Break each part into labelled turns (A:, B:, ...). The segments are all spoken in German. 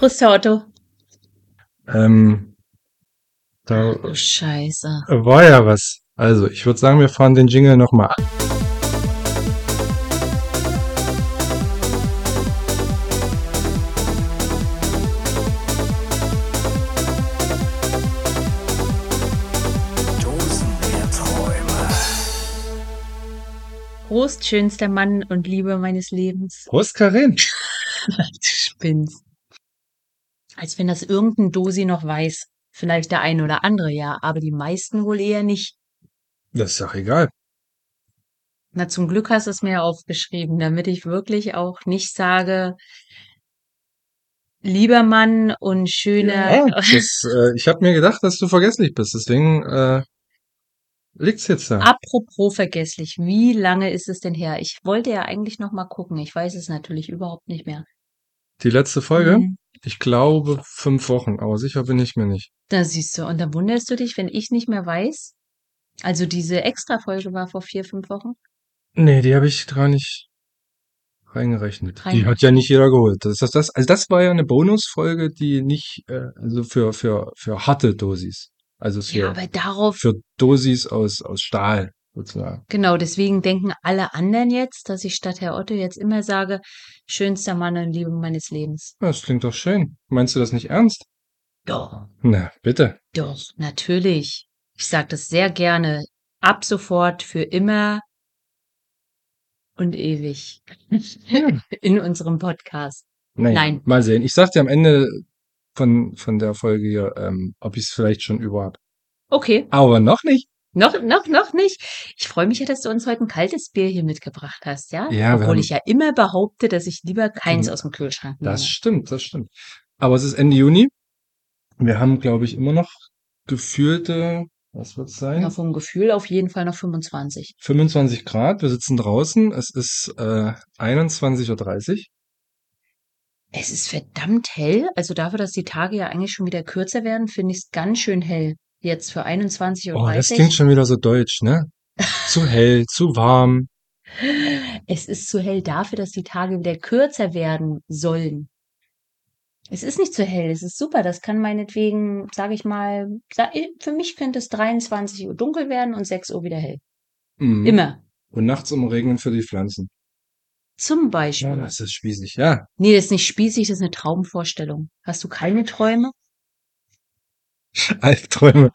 A: Risotto.
B: Ähm, da
A: Oh, Scheiße.
B: war ja was. Also, ich würde sagen, wir fahren den Jingle nochmal an.
A: Prost, schönster Mann und Liebe meines Lebens.
B: Prost, Karin.
A: Du spinnst. Als wenn das irgendein Dosi noch weiß. Vielleicht der ein oder andere, ja, aber die meisten wohl eher nicht.
B: Das ist doch egal.
A: Na, zum Glück hast du es mir aufgeschrieben, damit ich wirklich auch nicht sage, lieber Mann und schöner.
B: Ja, das, äh, ich habe mir gedacht, dass du vergesslich bist. Deswegen äh, liegt's jetzt da.
A: Apropos vergesslich, wie lange ist es denn her? Ich wollte ja eigentlich noch mal gucken. Ich weiß es natürlich überhaupt nicht mehr.
B: Die letzte Folge?
A: Hm.
B: Ich glaube fünf Wochen, aber sicher bin ich mir nicht.
A: Da siehst du. Und dann wunderst du dich, wenn ich nicht mehr weiß. Also diese Extra-Folge war vor vier, fünf Wochen.
B: Nee, die habe ich gar nicht reingerechnet. Die
A: Reingerechnet.
B: hat ja nicht jeder geholt. Das, das, das, also das war ja eine Bonusfolge, die nicht äh, also für, für, für harte Dosis. Also für,
A: Ja, aber darauf,
B: für Dosis aus, aus Stahl sozusagen.
A: genau, deswegen denken alle anderen jetzt, dass ich statt Herr Otto jetzt immer sage, schönster Mann und Liebe meines Lebens.
B: Das klingt doch schön. Meinst du das nicht ernst?
A: Doch,
B: Na, bitte.
A: doch, natürlich. Ich sage das sehr gerne. Ab sofort, für immer und ewig. In unserem Podcast.
B: Naja,
A: Nein.
B: Mal sehen. Ich sag dir am Ende von, von der Folge hier, ähm, ob ich es vielleicht schon über hab.
A: Okay,
B: Aber noch nicht.
A: noch, noch, noch nicht. Ich freue mich ja, dass du uns heute ein kaltes Bier hier mitgebracht hast, ja?
B: Ja, wir haben-
A: Obwohl ich ja immer behaupte, dass ich lieber keins
B: Ähm, Mhm.
A: aus dem Kühlschrank nehme.
B: Das stimmt, das stimmt. Aber es ist Ende Juni. Wir haben, glaube ich, immer noch gefühlte, was wird's sein?
A: Ja, vom Gefühl auf jeden Fall noch 25.
B: 25 Grad. Wir sitzen draußen. Es ist äh, 21.30 Uhr. Oh,
A: Es ist verdammt hell. Also dafür, dass die Tage ja eigentlich schon wieder kürzer werden, finde ich es ganz schön hell. Jetzt für 21 und
B: Oh, das
A: 30.
B: klingt schon wieder so deutsch, ne? Zu hell, zu warm.
A: Es ist zu hell dafür, dass die Tage wieder kürzer werden sollen. Es ist nicht zu hell, es ist super. Das kann meinetwegen, sage ich mal, sa- für mich könnte es 23 Uhr dunkel werden und 6 Uhr wieder hell.
B: Mhm.
A: Immer.
B: Und nachts umregnen für die Pflanzen.
A: Zum
B: Ja,
A: Beispiel.
B: das ist spießig, ja.
A: Nee, das ist nicht spießig, das ist eine Traumvorstellung. Hast du keine Träume?
B: Albträume.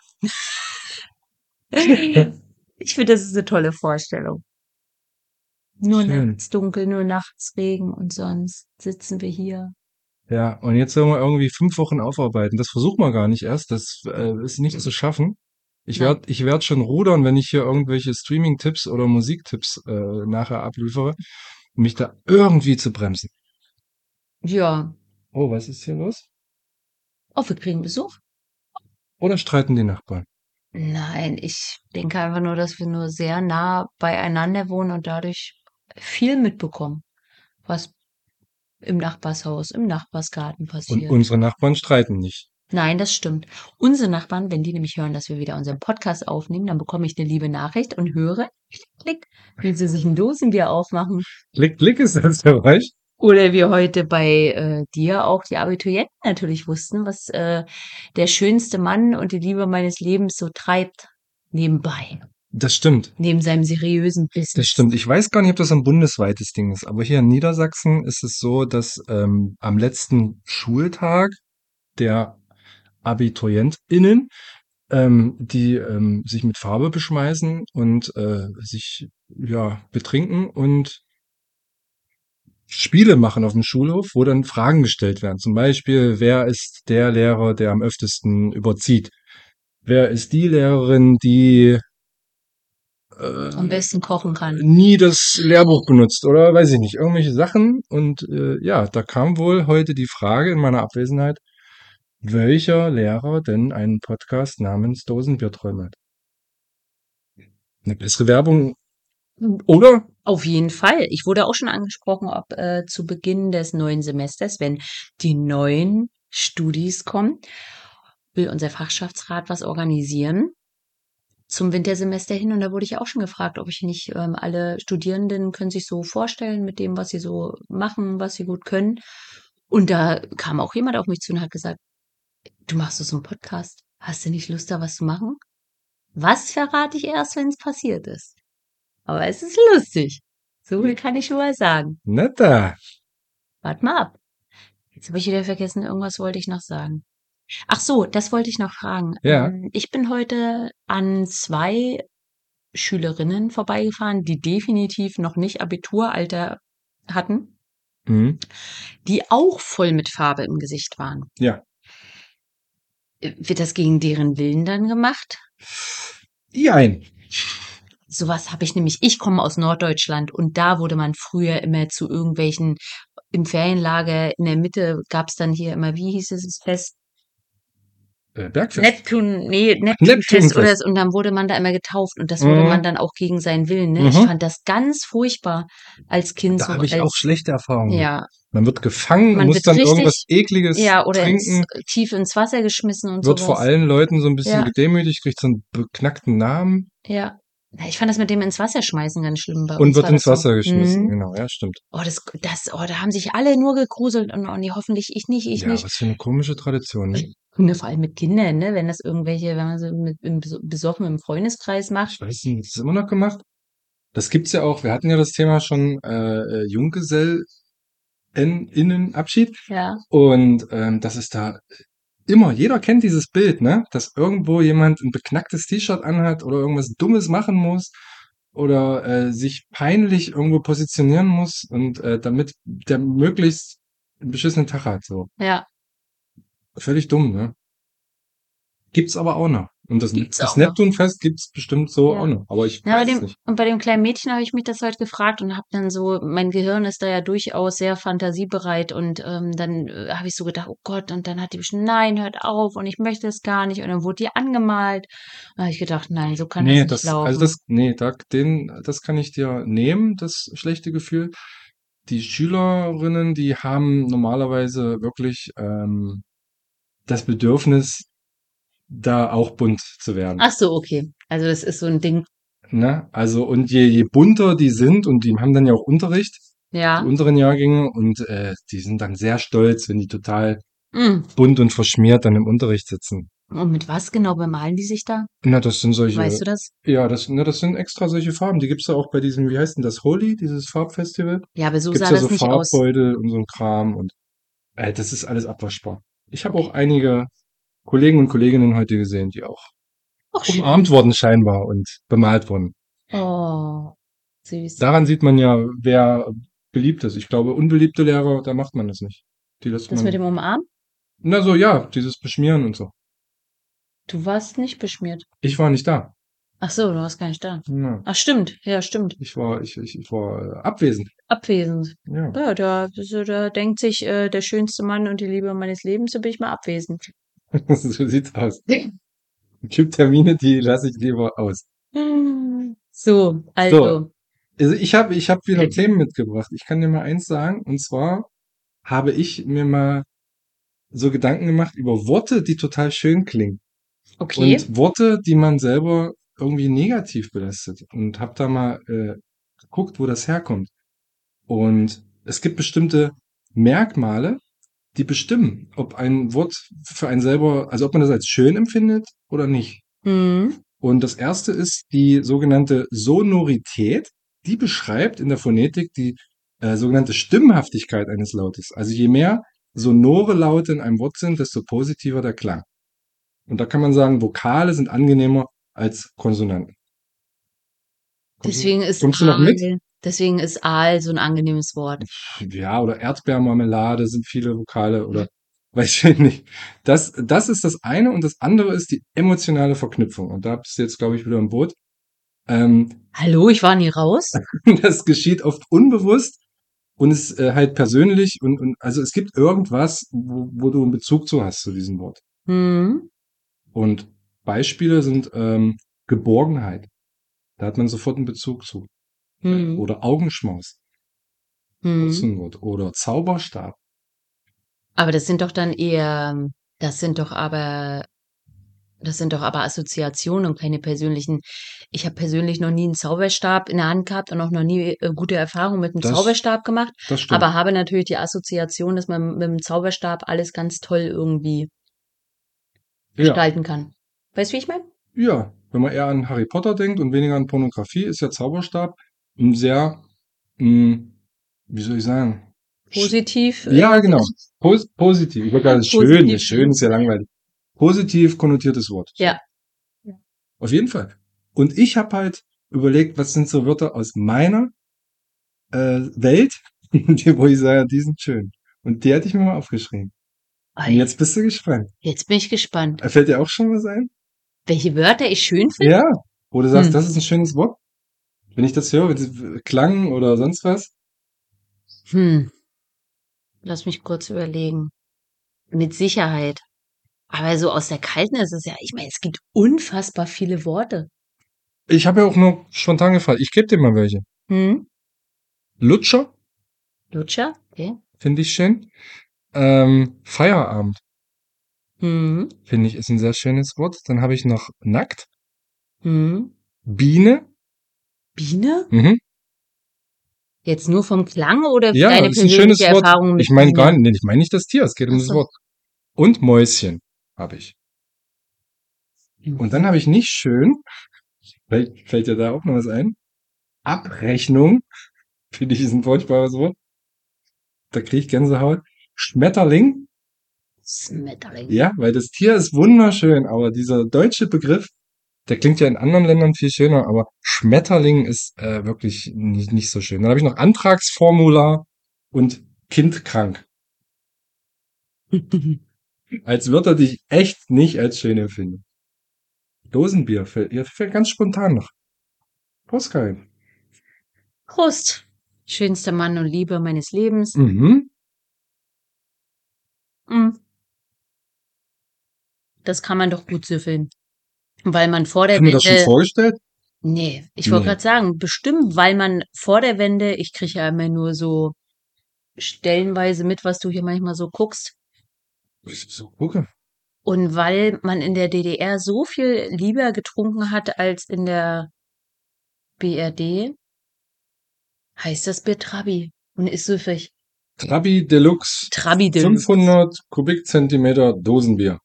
A: Ich finde, das ist eine tolle Vorstellung. Nur
B: Schön.
A: nachts dunkel, nur nachts Regen und sonst sitzen wir hier.
B: Ja, und jetzt sollen wir irgendwie fünf Wochen aufarbeiten. Das versuchen wir gar nicht erst. Das äh, ist nicht zu schaffen. Ich
A: Nein.
B: werd, ich werd schon rudern, wenn ich hier irgendwelche Streaming-Tipps oder Musiktipps äh, nachher abliefere, um mich da irgendwie zu bremsen.
A: Ja.
B: Oh, was ist hier los?
A: Oh, wir kriegen Besuch?
B: Oder streiten die Nachbarn?
A: Nein, ich denke einfach nur, dass wir nur sehr nah beieinander wohnen und dadurch viel mitbekommen, was im Nachbarshaus, im Nachbarsgarten
B: Und
A: passiert.
B: unsere Nachbarn streiten nicht.
A: Nein, das stimmt. Unsere Nachbarn, wenn die nämlich hören, dass wir wieder unseren Podcast aufnehmen, dann bekomme ich eine liebe Nachricht und höre, klick, klick, wie sie sich ein Dosenbier aufmachen.
B: Klick, klick ist das der Bereich.
A: Oder wie heute bei äh, dir auch die Abiturienten natürlich wussten, was äh, der schönste Mann und die Liebe meines Lebens so treibt. Nebenbei,
B: Das stimmt.
A: neben seinem seriösen Business.
B: Das stimmt. Ich weiß gar nicht, ob das ein bundesweites Ding ist, aber hier in Niedersachsen ist es so, dass ähm, am letzten Schultag der AbiturientInnen, ähm, die ähm, sich mit Farbe beschmeißen und äh, sich ja betrinken und Spiele machen auf dem Schulhof, wo dann Fragen gestellt werden. Zum Beispiel, wer ist der Lehrer, der am öftesten überzieht? Wer ist die Lehrerin, die äh,
A: Am besten kochen kann.
B: nie das Lehrbuch benutzt oder weiß ich nicht, irgendwelche Sachen. Und äh, ja, da kam wohl heute die Frage in meiner Abwesenheit, welcher Lehrer denn einen Podcast namens Dosenbierträume hat. Eine bessere Werbung, oder?
A: Auf jeden Fall. Ich wurde auch schon angesprochen, ob äh, zu Beginn des neuen Semesters, wenn die neuen Studis kommen, will unser Fachschaftsrat was organisieren zum Wintersemester hin. Und da wurde ich auch schon gefragt, ob ich nicht ähm, alle Studierenden können sich so vorstellen mit dem, was sie so machen, was sie gut können. Und da kam auch jemand auf mich zu und hat gesagt, du machst so einen Podcast. Hast du nicht Lust, da was zu machen? Was verrate ich erst, wenn es passiert ist? Aber es ist lustig. So
B: Hm.
A: viel kann ich schon mal sagen.
B: Netter.
A: Wart mal ab. Jetzt habe ich wieder vergessen, irgendwas wollte ich noch sagen. Ach so, das wollte ich noch fragen.
B: Ja.
A: Ähm, Ich bin heute an zwei Schülerinnen vorbeigefahren, die definitiv noch nicht Abituralter hatten,
B: Mhm.
A: die auch voll mit Farbe im Gesicht waren.
B: Ja.
A: Äh, Wird das gegen deren Willen dann gemacht?
B: Jein.
A: Sowas habe ich nämlich. Ich komme aus Norddeutschland und da wurde man früher immer zu irgendwelchen im Ferienlager in der Mitte gab's dann hier immer, wie hieß es, das Fest?
B: Äh, Bergfest.
A: Neptun, nee,
B: Neptunfest.
A: Neptunfest oder so. Und dann wurde man da immer getauft und das wurde
B: Mhm.
A: man dann auch gegen seinen Willen. Ne? Ich
B: Mhm.
A: fand das ganz furchtbar als Kind.
B: Da
A: so
B: habe ich
A: als,
B: auch schlechte Erfahrungen.
A: Ja,
B: Man wird gefangen
A: Man
B: und muss
A: wird
B: dann
A: richtig-
B: irgendwas Ekliges
A: ja oder
B: trinken.
A: ins, tief ins Wasser geschmissen und
B: Wird
A: sowas.
B: vor allen Leuten so ein bisschen
A: Ja.
B: gedemütigt, kriegt so einen beknackten Namen
A: Ja. Na, Ich fand das mit dem ins Wasser schmeißen ganz schlimm bei
B: und
A: uns.
B: wird
A: war
B: ins
A: das so.
B: Wasser geschmissen.
A: Mhm.
B: Genau, ja, stimmt.
A: Oh, das, das, oh, da haben sich alle nur gegruselt und oh, nee, hoffentlich ich nicht, ich
B: ja,
A: nicht.
B: was für eine komische Tradition. Ne?
A: Ne, vor allem mit Kindern, ne? Wenn das irgendwelche, wenn man so mit im beso- besoffen im Freundeskreis macht.
B: Ich weiß nicht, ist das immer noch gemacht? Das gibt's ja auch. Wir hatten ja das Thema schon äh, Junggesell Innenabschied
A: Ja.
B: und ähm, das ist da immer. Jeder kennt dieses Bild, ne? Dass irgendwo jemand ein beknacktes T-Shirt anhat oder irgendwas Dummes machen muss oder äh, sich peinlich irgendwo positionieren muss und äh, damit der möglichst einen beschissenen Tag hat. So
A: Ja.
B: völlig dumm, ne? Gibt's aber auch noch. Und das,
A: Gibt's
B: das
A: auch noch.
B: Neptunfest gibt's bestimmt so
A: Ja.
B: auch noch. Aber ich
A: Ja, bei
B: weiß es
A: dem,
B: nicht.
A: und bei dem kleinen Mädchen habe ich mich das heute gefragt und habe dann so, mein Gehirn ist da ja durchaus sehr fantasiebereit und ähm, dann äh, habe ich so gedacht, oh Gott, und dann hat die bestimmt, nein, hört auf und ich möchte es gar nicht und dann wurde die angemalt. Und da habe ich gedacht, nein, so kann
B: nee,
A: das nicht
B: das,
A: laufen.
B: also das, nee, da, den, das kann ich dir nehmen, das schlechte Gefühl. Die Schülerinnen, die haben normalerweise wirklich ähm, das Bedürfnis, da auch bunt zu werden.
A: Ach so, okay. Also das ist so ein Ding.
B: Ne? Also, und je, je bunter die sind, und die haben dann ja auch Unterricht, die
A: Ja.
B: unteren Jahrgänge, und äh, die sind dann sehr stolz, wenn die total
A: Mm.
B: bunt und verschmiert dann im Unterricht sitzen.
A: Und mit was genau bemalen die sich da?
B: Na, das sind solche.
A: Weißt du das?
B: Ja, das, ne, das sind extra solche Farben. Die gibt's ja auch bei diesem, wie heißt denn das, Holi, dieses Farbfestival.
A: Ja, aber so
B: gibt's
A: sah
B: ja
A: das
B: so
A: nicht aus.
B: Farbbeutel und so ein Kram und äh, das ist alles abwaschbar. Ich habe auch einige Kollegen und Kolleginnen heute gesehen, die auch
A: Ach, schön.
B: umarmt wurden scheinbar und bemalt wurden.
A: Oh, süß.
B: Daran sieht man ja, wer beliebt ist. Ich glaube, unbeliebte Lehrer, da macht man das nicht. Die lässt
A: das
B: man.
A: mit dem Umarmen?
B: Na so, ja, dieses Beschmieren und so.
A: Du warst nicht beschmiert.
B: Ich war nicht da.
A: Ach so, du warst gar nicht da.
B: Ja,
A: Ach, stimmt. Ja, stimmt.
B: ich war, ich, ich, ich war äh, abwesend.
A: Abwesend.
B: Ja.
A: Ja, da, so, da denkt sich äh, der schönste Mann und die Liebe meines Lebens, da bin ich mal abwesend.
B: so sieht's aus. Es gibt Termine, die lasse ich lieber aus. Hm.
A: So, also.
B: Also ich habe ich hab wieder
A: Okay.
B: Themen mitgebracht. Ich kann dir mal eins sagen. Und zwar habe ich mir mal so Gedanken gemacht über Worte, die total schön klingen.
A: Okay.
B: Und Worte, die man selber irgendwie negativ belastet. Und habe da mal äh, geguckt, wo das herkommt. Und es gibt bestimmte Merkmale, die bestimmen, ob ein Wort für einen selber, also ob man das als schön empfindet oder nicht.
A: Mhm.
B: Und das erste ist die sogenannte Sonorität. Die beschreibt in der Phonetik die äh, sogenannte Stimmhaftigkeit eines Lautes. Also je mehr sonore Laute in einem Wort sind, desto positiver der Klang. Und da kann man sagen, Vokale sind angenehmer als Konsonanten. Kommst du-
A: Deswegen ist
B: kommst du noch mit?
A: Aal, deswegen ist Aal so ein angenehmes Wort.
B: Ja, oder Erdbeermarmelade sind viele Vokale oder weiß ich nicht. Das, das ist das eine und das andere ist die emotionale Verknüpfung. Und da bist du jetzt, glaube ich, wieder im Boot. Ähm,
A: Hallo, ich war nie raus.
B: das geschieht oft unbewusst und ist äh, halt persönlich und, und also es gibt irgendwas, wo, wo du einen Bezug zu hast zu diesem Wort.
A: Mhm.
B: Und Beispiele sind ähm, Geborgenheit. Da hat man sofort einen Bezug zu.
A: Mhm.
B: Oder Augenschmaus, auch so
A: Mhm.
B: ein Wort. Oder Zauberstab.
A: Aber das sind doch dann eher, das sind doch aber Das sind doch aber Assoziationen und keine persönlichen. Ich habe persönlich noch nie einen Zauberstab in der Hand gehabt und auch noch nie äh, gute Erfahrungen mit einem
B: Das-
A: Zauberstab gemacht,
B: Das stimmt.
A: aber habe natürlich die Assoziation, dass man mit dem Zauberstab alles ganz toll irgendwie
B: ja.
A: gestalten kann. Weißt du, wie ich meine?
B: ja, wenn man eher an Harry Potter denkt und weniger an Pornografie, ist der Zauberstab ein sehr, mh, wie soll ich sagen?
A: Positiv. äh,
B: Ja, genau. Pos positiv. Ich würde gerade schön,
A: Positiv.
B: ist schön ist ja langweilig. Positiv konnotiertes Wort.
A: Ja.
B: Auf jeden Fall. Und ich habe halt überlegt, was sind so Wörter aus meiner äh, Welt, die, wo ich sage, die sind schön. Und die hatte ich mir mal aufgeschrieben. Und
A: Ei,
B: jetzt bist du gespannt. Äh,
A: Jetzt bin ich gespannt.
B: Fällt dir auch schon was ein?
A: Welche Wörter ich schön finde?
B: Ja. Wo du sagst,
A: Hm.
B: das ist ein schönes Wort. Wenn ich das höre, wenn das Klang oder sonst was.
A: Hm. Lass mich kurz überlegen. Mit Sicherheit. Aber so aus der Kalten ist es ja, ich meine, es gibt unfassbar viele Worte.
B: Ich habe ja auch nur spontan gefragt. Ich gebe dir mal welche.
A: Hm?
B: Lutscher
A: Lutscher? Okay.
B: finde ich schön. Ähm, Feierabend
A: Hm.
B: finde ich ist ein sehr schönes Wort. Dann habe ich noch nackt.
A: Hm.
B: Biene.
A: Biene?
B: Mhm.
A: Jetzt nur vom Klang oder
B: Ja,
A: deine
B: ist ein
A: persönliche
B: schönes Wort.
A: Erfahrung mit
B: Ich meine gar
A: Biene?
B: nicht, nee, ich meine nicht das Tier, es geht um
A: Ach
B: das
A: so.
B: Wort. Und Mäuschen habe ich.
A: Hm.
B: Und dann habe ich nicht schön, vielleicht fällt ja da auch noch was ein. Abrechnung, finde ich ist ein furchtbares Wort. Da kriege ich Gänsehaut. Schmetterling,
A: Smetterling.
B: ja, weil das Tier ist wunderschön, aber dieser deutsche Begriff, der klingt ja in anderen Ländern viel schöner, aber Schmetterling ist äh, wirklich nicht, nicht so schön. Dann habe ich noch Antragsformular und Kindkrank. als Wörter, die ich echt nicht als schön empfinde. Dosenbier fällt, ihr fällt ganz spontan noch. Prost, Karin.
A: Prost. Schönster Mann und Liebe meines Lebens.
B: Mhm.
A: Mm. Das kann man doch gut süffeln. Weil man vor der
B: Haben wir das schon
A: Wende.
B: vorgestellt?
A: Nee, ich wollte
B: Nee.
A: gerade sagen, bestimmt, weil man vor der Wende, ich kriege ja immer nur so stellenweise mit, was du hier manchmal so guckst.
B: Ich so gucke.
A: Und weil man in der DDR so viel lieber getrunken hat als in der BRD, heißt das Bier Trabi und ist süffig.
B: Trabi Deluxe.
A: Trabi Deluxe.
B: 500 Kubikzentimeter Dosenbier.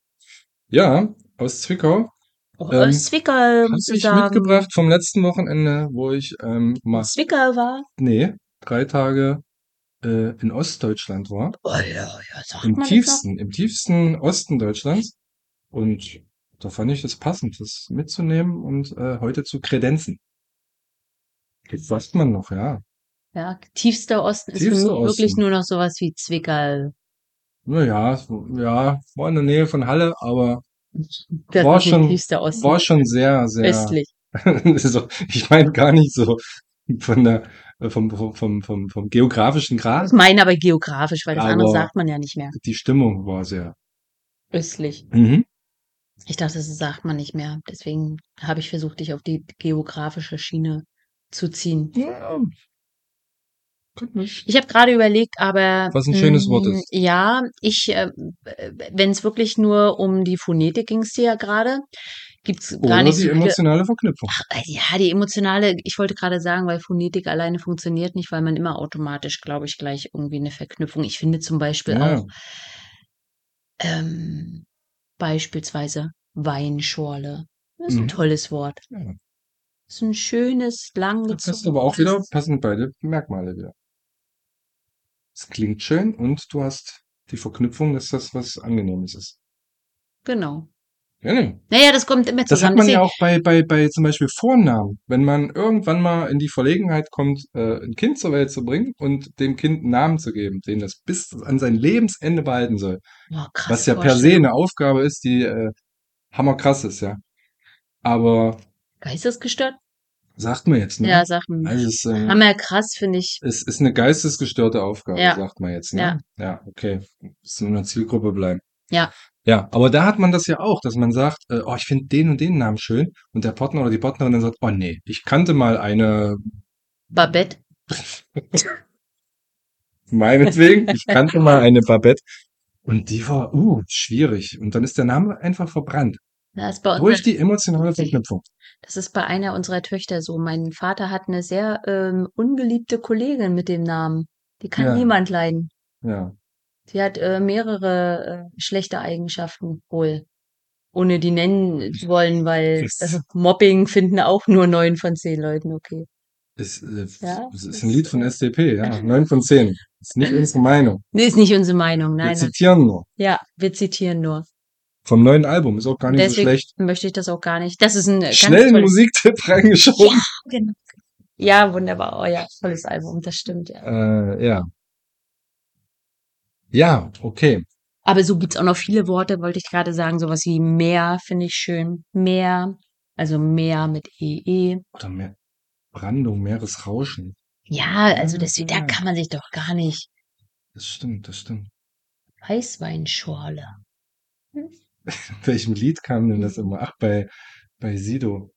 B: Ja, aus Zwickau.
A: Auch
B: ähm,
A: aus Oh, äh, Zwickau,
B: Hab
A: muss ich
B: ich
A: sagen.
B: mitgebracht vom letzten Wochenende, wo ich ähm, mal,
A: Zwickau war.
B: nee, drei Tage äh, in Ostdeutschland war.
A: Oh ja, ja, sagt
B: Im
A: man das noch?
B: tiefsten, im tiefsten Osten Deutschlands. Und da fand ich es passend, das mitzunehmen und äh, heute zu kredenzen. Jetzt sagt man noch, ja.
A: Ja, tiefster Osten ist für
B: Tiefster
A: mich wirklich
B: Osten.
A: nur noch sowas wie Zwickau.
B: Naja, so- ja, war in der Nähe von Halle, aber
A: Das
B: War
A: ist nicht
B: schon-
A: tiefster Osten.
B: war schon sehr, sehr.
A: Östlich.
B: so, ich meine gar nicht so von der, äh, vom, vom, vom, vom, vom geografischen
A: Ich
B: Grad.
A: meine aber geografisch, weil das andere
B: Aber-
A: sagt man ja nicht mehr.
B: Die Stimmung war sehr.
A: Östlich.
B: Mhm.
A: Ich dachte, das sagt man nicht mehr. Deswegen habe ich versucht, dich auf die geografische Schiene zu ziehen.
B: Ja. Gut nicht.
A: Ich habe gerade überlegt, aber.
B: Was ein schönes Wort
A: mm,
B: ist.
A: Ja, ich, äh, wenn es wirklich nur um die Phonetik ging es dir ja gerade, gibt's gar
B: Oder
A: nicht
B: die
A: so viele
B: emotionale Verknüpfung.
A: Ach, Also, Ja, die emotionale, ich wollte gerade sagen, weil Phonetik alleine funktioniert nicht, weil man immer automatisch, glaube ich, gleich irgendwie eine Verknüpfung. Ich finde zum Beispiel
B: Ja.
A: auch ähm, beispielsweise Weinschorle. Das ist ein
B: Mhm.
A: tolles Wort.
B: Ja.
A: Das ist ein schönes,
B: Das passt
A: langgezogenes.
B: aber auch wieder, passen beide Merkmale wieder. Es klingt schön und du hast die Verknüpfung, dass das was Angenehmes ist.
A: Genau.
B: Ja, nee.
A: Naja, das kommt immer
B: Das hat
A: zusammen.
B: man ja
A: Deswegen-
B: auch bei, bei, bei zum Beispiel Vornamen. Wenn man irgendwann mal in die Verlegenheit kommt, äh, ein Kind zur Welt zu bringen und dem Kind einen Namen zu geben, den das bis an sein Lebensende behalten soll.
A: Boah, krasse
B: Was ja per se
A: Vorstellung.
B: eine Aufgabe ist, die äh, hammerkrass ist, ja. Aber
A: Geistesgestört?
B: sagt man jetzt, ne?
A: Ja, Sachen.
B: Also es, äh,
A: Hammer krass, finde ich.
B: Es ist eine geistesgestörte Aufgabe,
A: Ja.
B: sagt man jetzt. Ne? Ja. ja, okay. Muss in einer Zielgruppe bleiben.
A: Ja.
B: Ja, aber da hat man das ja auch, dass man sagt, äh, oh, ich finde den und den Namen schön und der Partner oder die Partnerin dann sagt, oh nee, ich kannte mal eine,
A: Babette.
B: meinetwegen, ich kannte mal eine Babette und die war, uh, schwierig. Und dann ist der Name einfach verbrannt.
A: Das ist bei
B: Durch
A: uns
B: die emotionale Verknüpfung.
A: Das ist bei einer unserer Töchter so. Mein Vater hat eine sehr ähm, ungeliebte Kollegin mit dem Namen. Die kann
B: Ja.
A: niemand leiden.
B: Ja.
A: Sie hat äh, mehrere äh, schlechte Eigenschaften wohl. Ohne die nennen zu wollen, weil
B: Das-
A: äh, Mobbing finden auch nur neun von zehn Leuten okay.
B: Ist, äh,
A: Ja, das-
B: es ist ein Lied von SDP, ja. Neun von zehn. Ist nicht unsere Meinung.
A: Nee, ist nicht unsere Meinung.
B: Wir
A: Nein, nein.
B: zitieren nur.
A: Ja, wir zitieren nur.
B: Vom neuen Album. Ist auch gar nicht
A: Deswegen
B: so schlecht.
A: möchte ich das auch gar nicht. Das ist ein äh, ganz
B: Schnell einen
A: tolles-
B: Musiktipp reingeschoben.
A: Genau. Ja, wunderbar. Oh ja, tolles Album, das stimmt, ja.
B: Äh, ja. Ja, okay.
A: Aber so gibt's auch noch viele Worte, wollte ich gerade sagen. Sowas wie mehr finde ich schön. Mehr, also mehr mit E. EE.
B: Oder mehr Brandung, Meeresrauschen.
A: Ja, also das,
B: Ja.
A: da kann man sich doch gar nicht.
B: Das stimmt, das stimmt.
A: Weißweinschorle.
B: In welchem Lied kam denn das immer? Ach, bei, bei Sido.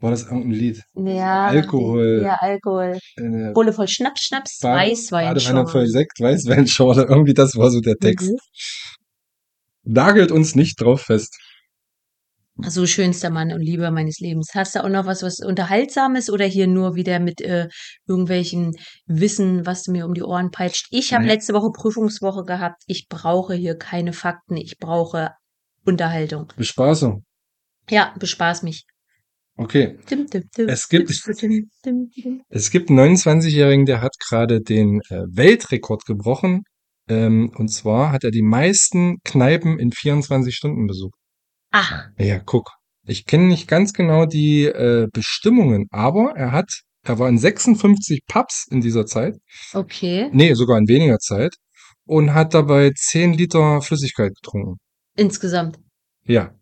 B: War das irgendein Lied?
A: Ja,
B: Alkohol.
A: Ja, Alkohol.
B: Äh,
A: Bulle voll Schnaps, Schnaps,
B: Bade- Badewanne voll
A: Weißweinschorle.
B: Sekt, Weißweinschorle. Irgendwie das war so der Text.
A: Mhm.
B: Nagelt uns nicht drauf fest.
A: So schönster Mann und Liebe meines Lebens. Hast du auch noch was, was Unterhaltsames oder hier nur wieder mit äh, irgendwelchen Wissen, was du mir um die Ohren peitscht? Ich habe
B: Nee.
A: letzte Woche Prüfungswoche gehabt. Ich brauche hier keine Fakten. Ich brauche Unterhaltung.
B: Bespaßung.
A: Ja, bespaß mich.
B: Okay.
A: Dim, dim, dim,
B: Es gibt-
A: dim, dim, dim.
B: Es gibt einen 29-Jährigen, der hat gerade den äh, Weltrekord gebrochen. Ähm, und zwar hat er die meisten Kneipen in 24 Stunden besucht.
A: Ach,
B: Ja, guck. Ich kenne nicht ganz genau die äh, Bestimmungen, aber er hat, er war in 56 Pubs in dieser Zeit.
A: okay.
B: Nee, sogar in weniger Zeit. Und hat dabei 10 Liter Flüssigkeit getrunken.
A: Insgesamt.
B: Ja,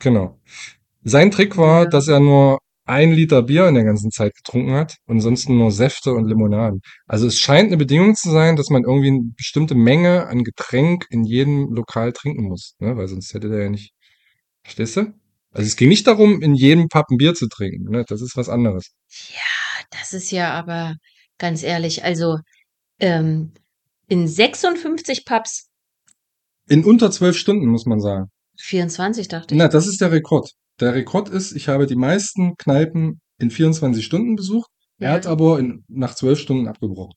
B: genau. Sein Trick war,
A: Ja.
B: dass er nur ein Liter Bier in der ganzen Zeit getrunken hat und sonst nur Säfte und Limonaden. Also es scheint eine Bedingung zu sein, dass man irgendwie eine bestimmte Menge an Getränk in jedem Lokal trinken muss, ne? weil sonst hätte der ja nicht. Verstehst du? Also es ging nicht darum, in jedem Pub ein Bier zu trinken. Ne? Das ist was anderes.
A: Ah, Das ist ja aber ganz ehrlich. Also ähm, in 56 Pubs,
B: In unter zwölf Stunden muss man sagen.
A: 24 dachte ich.
B: Na, das ist der Rekord. Der Rekord ist, ich habe die meisten Kneipen in 24 Stunden besucht. Er
A: Ja.
B: hat aber in, nach zwölf Stunden abgebrochen.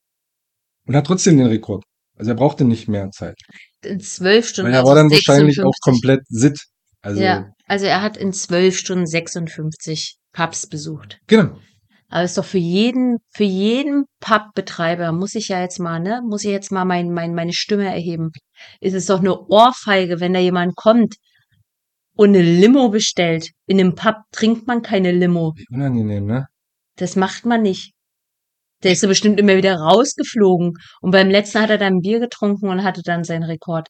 B: Und hat trotzdem den Rekord. Also er brauchte nicht mehr Zeit.
A: in zwölf Stunden.
B: Weil er
A: also
B: war dann wahrscheinlich
A: 56.
B: auch komplett sit. Also,
A: ja, also er hat in zwölf Stunden 56 Pubs besucht.
B: genau.
A: Aber ist doch für jeden, für jeden Pubbetreiber muss ich ja jetzt mal, ne, muss ich jetzt mal mein, mein, meine Stimme erheben. Ist es doch eine Ohrfeige, wenn da jemand kommt und eine Limo bestellt. In einem Pub trinkt man keine Limo.
B: Wie unangenehm, ne?
A: Das macht man nicht. Der ist so bestimmt immer wieder rausgeflogen. Und beim letzten hat er dann Bier getrunken und hatte dann seinen Rekord.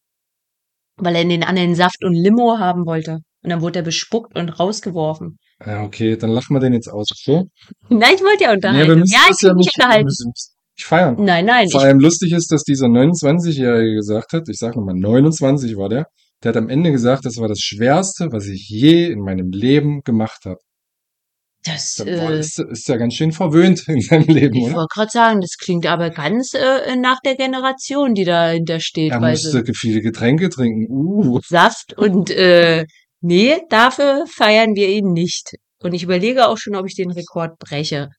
A: Weil er in den anderen Saft und Limo haben wollte. Und dann wurde er bespuckt und rausgeworfen.
B: Ja, okay, dann lachen wir den jetzt aus. Okay?
A: Nein, ich wollte ja
B: Nee,
A: unterhalten. ja, ich will mich
B: wir
A: unterhalten.
B: müssen es nicht feiern.
A: Nein, nein.
B: Vor
A: Ich,
B: allem lustig ist, dass dieser 29-Jährige gesagt hat, ich sag nochmal, 29 war der, der hat am Ende gesagt, das war das Schwerste, was ich je in meinem Leben gemacht habe.
A: das,
B: Da- Boah,
A: äh,
B: ist, ist ja ganz schön verwöhnt in seinem Leben,
A: ich
B: oder?
A: wollte gerade sagen, das klingt aber ganz äh, nach der Generation, die dahinter steht.
B: Er
A: weil sie
B: musste viele Getränke trinken. Uh,
A: Saft und äh, nee, dafür feiern wir ihn nicht. Und ich überlege auch schon, ob ich den Rekord breche.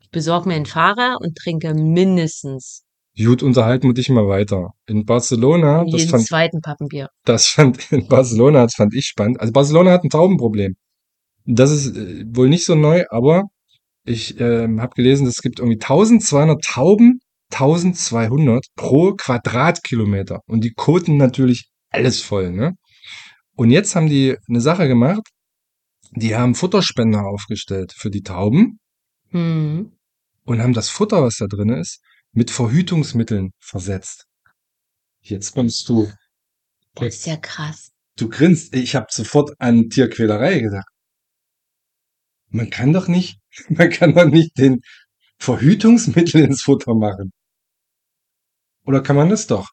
A: Ich besorge mir einen Fahrer und trinke mindestens
B: gut, unterhalten wir dich mal weiter. In Barcelona, das
A: jeden
B: fand,
A: zweiten Pappenbier.
B: das fand in Barcelona, das fand ich spannend. Also Barcelona hat ein Taubenproblem. Das ist äh, wohl nicht so neu, aber ich ähm, habe gelesen, es gibt irgendwie 1200 Tauben, 1200 pro Quadratkilometer. Und die koten natürlich alles voll, ne? Und jetzt haben die eine Sache gemacht. Die haben Futterspender aufgestellt für die Tauben.
A: Hm.
B: und haben das Futter, was da drin ist, mit Verhütungsmitteln versetzt. Jetzt kommst du.
A: Das ist ja krass.
B: Du grinst. Ich habe sofort an Tierquälerei gedacht. Man kann doch nicht, man kann doch nicht den Verhütungsmittel ins Futter machen. Oder kann man das doch?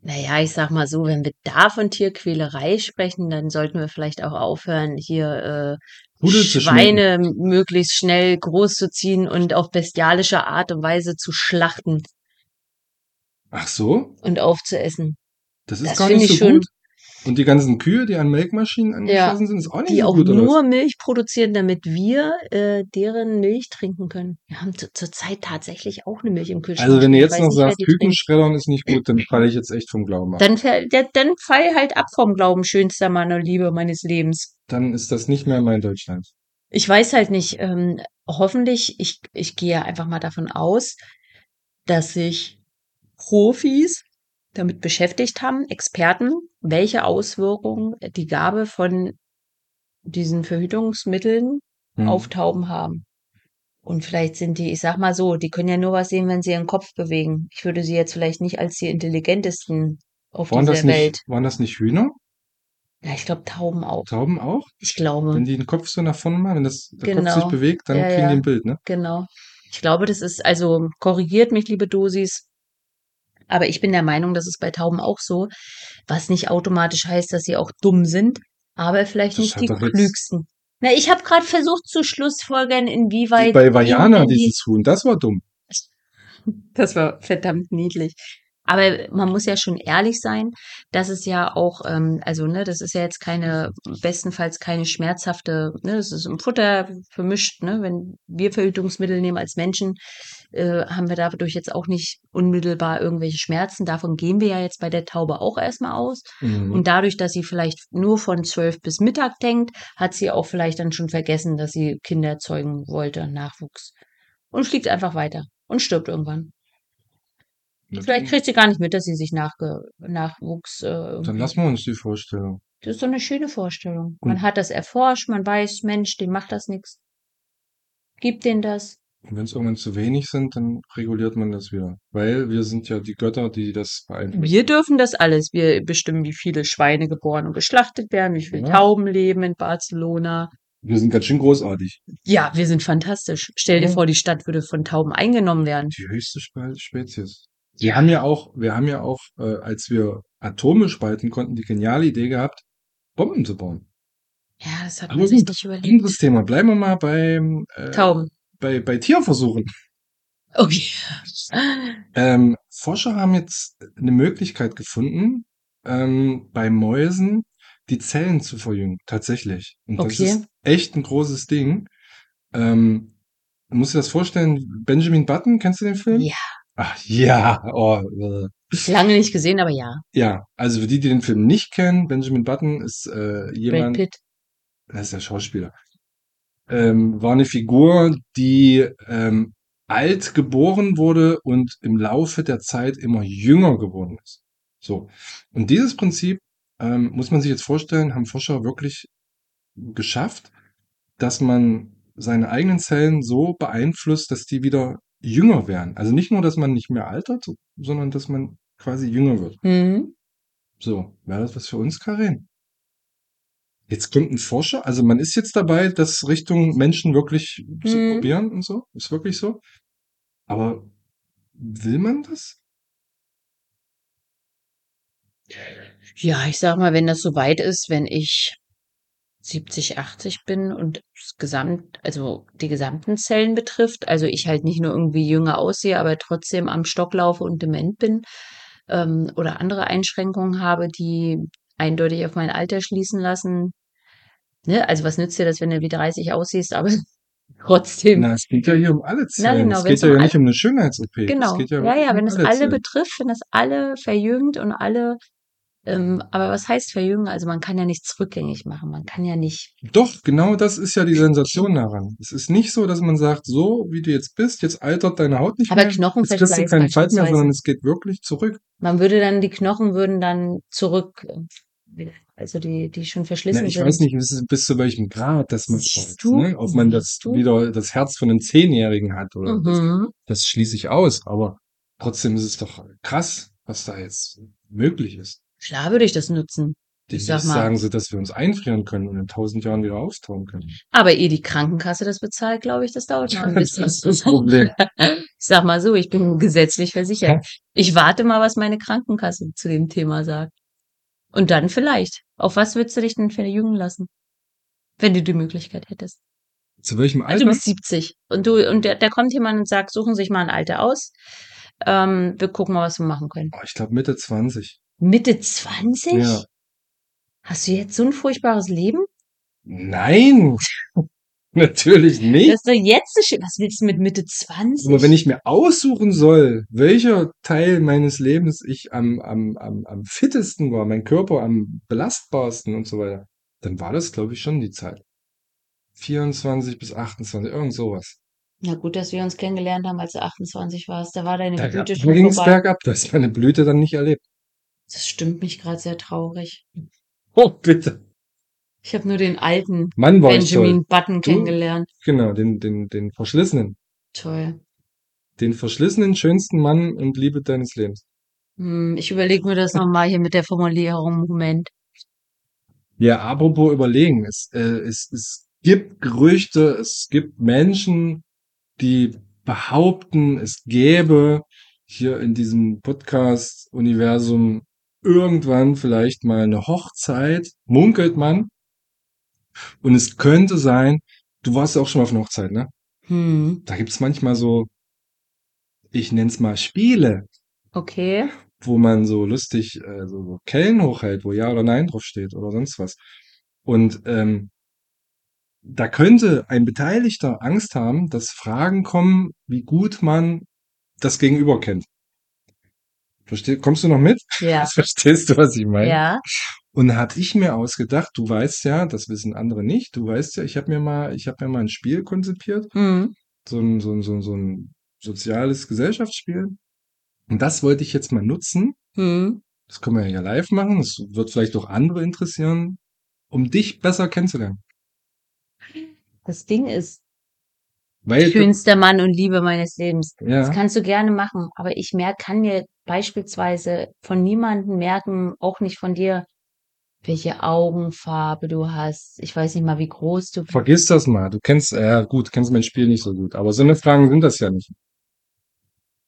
A: Naja, ich sag mal so, wenn wir da von Tierquälerei sprechen, dann sollten wir vielleicht auch aufhören, hier äh,
B: Pudel zu schminken.
A: Schweine möglichst schnell groß zu ziehen und auf bestialische Art und Weise zu schlachten
B: Ach so?
A: und aufzuessen.
B: Das ist
A: Das
B: gar
A: finde
B: nicht so
A: ich schon-
B: gut. Und die ganzen Kühe, die an Melkmaschinen angeschlossen sind, ist auch nicht
A: die
B: so
A: auch
B: gut, oder was?
A: nur Milch produzieren, damit wir äh, deren Milch trinken können. Wir haben zu, zurzeit tatsächlich auch eine Milch im Kühlschrank.
B: Also wenn du
A: Ich
B: jetzt
A: weiß
B: noch
A: nicht, wer
B: sagst,
A: die trinkt.
B: Kükenschreddern ist nicht gut, dann falle ich jetzt echt vom Glauben ab.
A: Dann, fäll- der, dann fall halt ab vom Glauben, schönster meiner Liebe meines Lebens.
B: Dann ist das nicht mehr mein Deutschland.
A: Ich weiß halt nicht, ähm, hoffentlich, ich, ich gehe einfach mal davon aus, dass sich Profis damit beschäftigt haben, Experten, welche Auswirkungen die Gabe von diesen Verhütungsmitteln
B: Hm.
A: auf Tauben haben. Und vielleicht sind die, ich sag mal so, die können ja nur was sehen, wenn sie ihren Kopf bewegen. Ich würde sie jetzt vielleicht nicht als die intelligentesten auf
B: waren, das
A: dieser Welt.
B: nicht, waren das nicht Hühner?
A: Ja, ich glaube Tauben auch.
B: Tauben auch?
A: Ich glaube.
B: Wenn die den Kopf so nach vorne machen, wenn das, der Kopf
A: Hm. Genau.
B: sich bewegt, dann
A: Ja,
B: kriegen
A: ja.
B: die ein Bild, ne?
A: Genau. Ich glaube, das ist, also korrigiert mich, liebe Dosis. Aber ich bin der Meinung, das ist bei Tauben auch so, was nicht automatisch heißt, dass sie auch dumm sind, aber vielleicht
B: Das
A: nicht
B: hat
A: die
B: doch jetzt-
A: klügsten. Na, ich habe gerade versucht zu schlussfolgern, inwieweit.
B: Bei Vajana
A: ihnen die-
B: dieses Huhn, das war dumm.
A: das war verdammt niedlich. Aber man muss ja schon ehrlich sein, dass es ja auch, ähm, also ne, das ist ja jetzt keine, bestenfalls keine schmerzhafte, ne, das ist im Futter vermischt, ne, wenn wir Verhütungsmittel nehmen als Menschen, äh, haben wir dadurch jetzt auch nicht unmittelbar irgendwelche Schmerzen. Davon gehen wir ja jetzt bei der Taube auch erstmal aus.
B: Mhm.
A: Und dadurch, dass sie vielleicht nur von zwölf bis Mittag denkt, hat sie auch vielleicht dann schon vergessen, dass sie Kinder zeugen wollte, Nachwuchs. Und fliegt einfach weiter und stirbt irgendwann. Vielleicht kriegt sie gar nicht mit, dass sie sich nachge nachwuchs. Äh,
B: dann
A: irgendwie-
B: lassen wir uns die Vorstellung.
A: das ist so eine schöne Vorstellung. Man
B: Und-
A: hat das erforscht, man weiß, Mensch, dem macht das nichts. Gib denen das.
B: Und wenn es irgendwann zu wenig sind, dann reguliert man das wieder. Weil wir sind ja die Götter, die das beeinflussen.
A: Wir dürfen das alles. Wir bestimmen, wie viele Schweine geboren und geschlachtet werden, wie viele
B: Ja.
A: Tauben leben in Barcelona.
B: Wir sind ganz schön großartig.
A: Ja, wir sind fantastisch. Stell dir
B: Ja.
A: vor, die Stadt würde von Tauben eingenommen werden.
B: Die höchste Spe- Spezies. Wir haben ja auch, wir haben ja auch, äh, als wir Atome spalten konnten, die geniale Idee gehabt, Bomben zu bauen.
A: Ja, das hat
B: Aber
A: man sich
B: gut,
A: nicht überlegt.
B: Anderes Thema. Bleiben wir mal beim äh,
A: Tauben.
B: bei, bei Tierversuchen.
A: Okay.
B: Ähm, Forscher haben jetzt eine Möglichkeit gefunden, ähm, bei Mäusen die Zellen zu verjüngen, tatsächlich. Und das
A: Okay.
B: ist echt ein großes Ding. Ähm, musst du dir das vorstellen? Benjamin Button, kennst du den Film?
A: Ja,
B: Ach ja, oh, äh.
A: lange nicht gesehen, aber ja.
B: ja. Also für die, die den Film nicht kennen, Benjamin Button ist äh,
A: Brad
B: jemand,
A: Pitt.
B: das ist der Schauspieler, ähm, war eine Figur, die ähm, alt geboren wurde und im Laufe der Zeit immer jünger geworden ist. So. Und dieses Prinzip, ähm, muss man sich jetzt vorstellen, haben Forscher wirklich geschafft, dass man seine eigenen Zellen so beeinflusst, dass die wieder jünger werden. Also nicht nur, dass man nicht mehr altert, sondern dass man quasi jünger wird.
A: Mhm.
B: So, wäre das was für uns, Karin? Jetzt kommt ein Forscher, also man ist jetzt dabei, das Richtung Menschen wirklich zu
A: Mhm.
B: probieren und so, ist wirklich so. Aber will man das?
A: Ja, ich sag mal, wenn das so weit ist, wenn ich 70, 80 bin und das Gesamt, also die gesamten Zellen betrifft, also ich halt nicht nur irgendwie jünger aussehe, aber trotzdem am Stock laufe und dement bin ähm, oder andere Einschränkungen habe, die eindeutig auf mein Alter schließen lassen. Ne? Also was nützt dir das, wenn du wie 30 aussiehst, aber trotzdem.
B: Na, es geht ja hier um alle Zellen.
A: genau,
B: es
A: wenn's
B: geht ja
A: um
B: ja
A: alle-
B: nicht um eine Schönheits-OP. Es
A: Genau.
B: geht
A: Ja, ja,
B: wirklich um
A: wenn es alle
B: Zellen.
A: betrifft, wenn es alle verjüngt und alle. Ähm, aber was heißt verjüngen? Also man kann ja nichts rückgängig machen. Man kann ja nicht.
B: Doch, genau das ist ja die Sensation daran. Es ist nicht so, dass man sagt, so wie du jetzt bist, jetzt altert deine Haut nicht
A: Aber
B: mehr.
A: Knochenverschleiß
B: Jetzt kriegst du keinen Fall mehr,
A: beispielsweise.
B: sondern es geht wirklich zurück.
A: Man würde dann, die Knochen würden dann zurück, äh, wieder- also die, die schon
B: Na,
A: verschlissen
B: Ne, ich
A: sind.
B: weiß nicht, bis, bis zu welchem Grad das man
A: Siehst
B: weiß,
A: du?
B: ne? ob man das
A: Siehst du?
B: wieder das Herz von einem Zehnjährigen hat oder das,
A: Mhm.
B: das schließe ich aus, aber trotzdem ist es doch krass, was da jetzt möglich ist.
A: Klar würde ich das nutzen.
B: Die
A: Ich sag mal-
B: sagen sie, dass wir uns einfrieren können und in tausend Jahren wieder auftauen können.
A: Aber ehe die Krankenkasse das bezahlt, glaube ich, das dauert noch ein bisschen.
B: Das ist das Problem.
A: Ich sag mal so, ich bin gesetzlich versichert. Ich warte mal, was meine Krankenkasse zu dem Thema sagt. Und dann vielleicht. Auf was würdest du dich denn verjüngen lassen? Wenn du die Möglichkeit hättest.
B: Zu welchem
A: Also
B: Alter?
A: du bist 70. Und du, und da, da kommt jemand und sagt, suchen Sie sich mal ein Alter aus. Ähm, wir gucken mal, was wir machen können.
B: Oh, ich glaube Mitte 20.
A: Mitte 20?
B: Ja.
A: Hast du jetzt so ein furchtbares Leben?
B: Nein, natürlich nicht.
A: Das ist doch jetzt so schön. Was willst du mit Mitte 20?
B: Aber wenn ich mir aussuchen soll, welcher Teil meines Lebens ich am, am, am, am fittesten war, mein Körper am belastbarsten und so weiter, dann war das, glaube ich, schon die Zeit. 24 bis 28, irgend sowas.
A: Na gut, dass wir uns kennengelernt haben, als du 28 warst. Da war deine
B: Da
A: Blüte schon
B: ging es
A: vorbei.
B: bergab, das ist meine Blüte dann nicht erlebt.
A: Das stimmt mich gerade sehr traurig.
B: Oh, bitte.
A: Ich habe nur den alten
B: Mann war ich toll.
A: Benjamin Button
B: Du?
A: kennengelernt.
B: Genau, den, den, den verschlissenen.
A: Toll.
B: Den verschlissenen, schönsten Mann und Liebe deines Lebens.
A: Hm, ich überlege mir das nochmal hier mit der Formulierung. Moment.
B: Ja, apropos überlegen, es, äh, es, es gibt Gerüchte, es gibt Menschen, die behaupten, es gäbe hier in diesem Podcast-Universum irgendwann vielleicht mal eine Hochzeit, munkelt man. Und es könnte sein, du warst ja auch schon mal auf einer Hochzeit, ne?
A: Hm,
B: Da gibt's manchmal so, ich nenn's mal Spiele,
A: okay.
B: wo man so lustig äh, so, so Kellen hochhält, wo Ja oder Nein draufsteht oder sonst was. Und ähm, da könnte ein Beteiligter Angst haben, dass Fragen kommen, wie gut man das Gegenüber kennt. Versteh, kommst du noch mit?
A: Ja.
B: Verstehst du, was ich meine?
A: Ja.
B: Und da hab ich mir ausgedacht, du weißt ja, das wissen andere nicht, du weißt ja, ich habe mir mal, ich habe mir mal ein Spiel konzipiert,
A: Hm.
B: so ein, so ein, so ein, so ein soziales Gesellschaftsspiel. Und das wollte ich jetzt mal nutzen,
A: Hm.
B: das können wir ja live machen, das wird vielleicht auch andere interessieren, um dich besser kennenzulernen.
A: Das Ding ist,
B: Weil
A: schönster Mann und Liebe meines Lebens. Das
B: ja,
A: kannst du gerne machen, aber ich merk, kann mir beispielsweise von niemandem merken, auch nicht von dir, welche Augenfarbe du hast. Ich weiß nicht mal, wie groß du bist.
B: vergiss das mal. Du kennst, ja gut, kennst mein Spiel nicht so gut, aber so eine Fragen sind das ja nicht.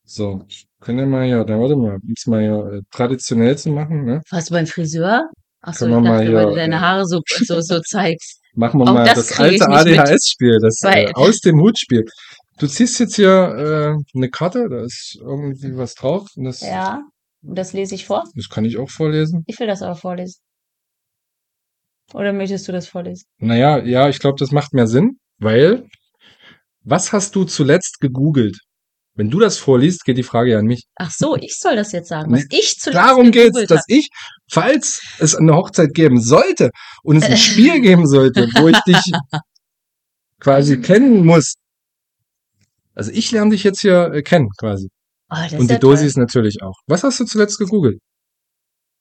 B: So, können wir mal ja, dann warte mal, um es mal ja äh, traditionell zu machen, ne?
A: Warst du beim Friseur? Ach so, ich
B: Können wir mal
A: dachte, weil du
B: hier,
A: deine
B: äh,
A: Haare so, so, so zeigst.
B: Machen wir
A: Auch
B: mal
A: das
B: das
A: krieg ich
B: alte
A: nicht mit.
B: ADHS-Spiel, das äh,
A: Weil-
B: aus dem Hut-Spiel. Du ziehst jetzt hier äh, eine Karte, da ist irgendwie was drauf und das,
A: Ja, und das lese ich vor.
B: das kann ich auch vorlesen.
A: Ich will das aber vorlesen. Oder möchtest du das vorlesen?
B: Naja, ja, ich glaube, das macht mehr Sinn, weil was hast du zuletzt gegoogelt? Wenn du das vorliest, geht die Frage ja an mich.
A: Ach so, ich soll das jetzt sagen, was ich zuletzt
B: Darum geht's,
A: gegoogelt
B: dass ich, falls es eine Hochzeit geben sollte und es ein Spiel geben sollte, wo ich dich
A: Mhm.
B: quasi kennen muss. Also ich lerne dich jetzt hier äh, kennen quasi.
A: hab. Oh, das
B: Und
A: ist ja
B: die
A: toll.
B: Dosis natürlich auch. Was hast du zuletzt gegoogelt?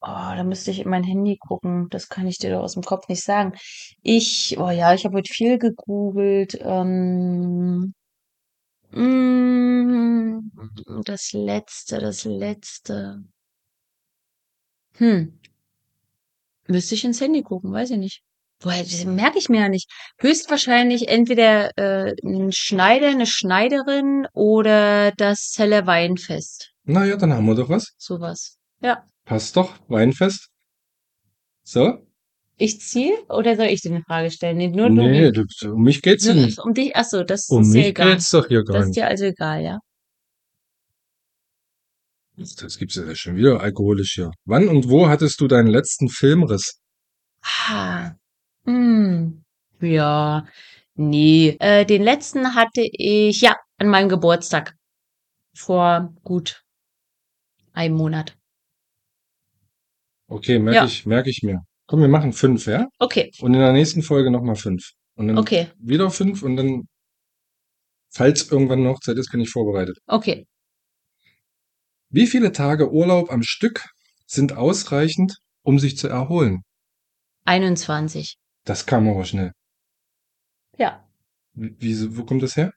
A: Oh, da müsste ich in mein Handy gucken. Das kann ich dir doch aus dem Kopf nicht sagen. Ich, oh ja, ich habe heute viel gegoogelt. Ähm, mm, das letzte, das letzte. Hm. Müsste ich ins Handy gucken, weiß ich nicht. Woher, das merke ich mir ja nicht. Höchstwahrscheinlich entweder äh, ein Schneider, eine Schneiderin oder das Zeller Weinfest.
B: Naja, dann haben wir doch was.
A: Sowas. Ja.
B: Passt doch, Weinfest. So?
A: Ich ziehe oder soll ich dir eine Frage stellen? Nee, nur du.
B: Nee, du- um mich geht's hier
A: Nur
B: nicht.
A: das- um dich, ach so, das
B: Um
A: ist dir
B: mich
A: egal.
B: geht's doch hier gar
A: Das
B: nicht.
A: ist dir also egal, ja.
B: Das gibt's ja schon wieder alkoholisch hier. Wann und wo hattest du deinen letzten Filmriss?
A: Ah. Hm. Ja. Nee. Äh, den letzten hatte ich, ja, an meinem Geburtstag. Vor gut einem Monat.
B: Okay, merke
A: Ja.
B: ich, merke ich mir. Komm, wir machen fünf, ja?
A: Okay,
B: Und in der nächsten Folge nochmal fünf. Und dann
A: okay,
B: wieder fünf und dann, falls irgendwann eine Hochzeit ist, bin ich vorbereitet.
A: okay.
B: Wie viele Tage Urlaub am Stück sind ausreichend, um sich zu erholen?
A: 21.
B: Das kam aber schnell.
A: Ja.
B: Wie, wieso- wo kommt das her?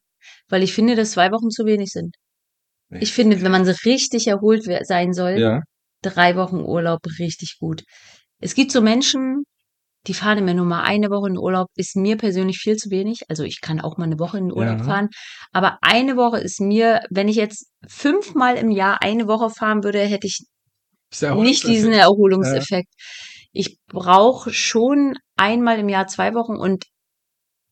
A: Weil ich finde, dass zwei Wochen zu wenig sind. Ich finde, wenn man so richtig erholt we- sein soll,
B: Ja,
A: drei Wochen Urlaub richtig gut. Es gibt so Menschen, die fahren immer nur mal eine Woche in Urlaub, ist mir persönlich viel zu wenig. Also ich kann auch mal eine Woche in Urlaub
B: Ja.
A: fahren, aber eine Woche ist mir, wenn ich jetzt fünfmal im Jahr eine Woche fahren würde, hätte ich
B: ist der Erholungs-
A: nicht diesen Erholungseffekt. Ich brauche schon einmal im Jahr zwei Wochen und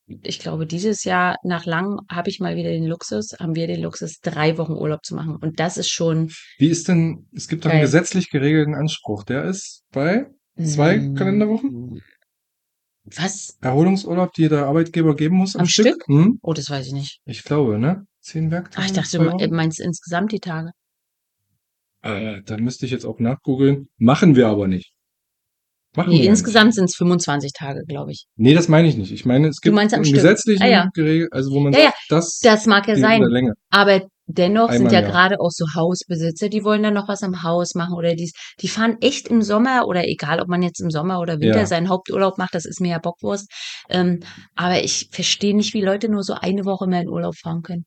A: ich glaube, dieses Jahr nach langem habe ich mal wieder den Luxus, haben wir den Luxus, drei Wochen Urlaub zu machen. Und das ist schon
B: Wie ist denn, es gibt doch einen
A: Geil.
B: gesetzlich geregelten Anspruch, der ist bei Zwei Kalenderwochen?
A: Was?
B: Erholungsurlaub, die der Arbeitgeber geben muss am,
A: Am
B: Stück?
A: Stück?
B: Hm?
A: Oh, das weiß ich nicht.
B: Ich glaube, ne? Zehn Werktage.
A: Ach, ich dachte,
B: zwei
A: du
B: Wochen?
A: me- meinst insgesamt die Tage.
B: Äh, da müsste ich jetzt auch nachgoogeln. Machen wir aber nicht. Machen
A: Nee,
B: wir
A: insgesamt sind es 25 Tage, glaube ich.
B: Nicht. Nee, das meine ich nicht. Ich meine, es gibt
A: meinst am
B: einen
A: Stück.
B: gesetzlichen
A: Ah, ja.
B: Geregel, also wo man
A: Ja, ja.
B: sagt, das,
A: Das mag ja
B: die
A: sein.
B: in der Länge.
A: Aber dennoch sind
B: Einmal
A: ja
B: im Jahr.
A: gerade auch so Hausbesitzer, die wollen dann noch was am Haus machen oder dies. Die fahren echt im Sommer oder egal, ob man jetzt im Sommer oder Winter
B: Ja.
A: seinen Haupturlaub macht, das ist mir ja Bockwurst. Ähm, aber ich verstehe nicht, wie Leute nur so eine Woche mehr in Urlaub fahren können.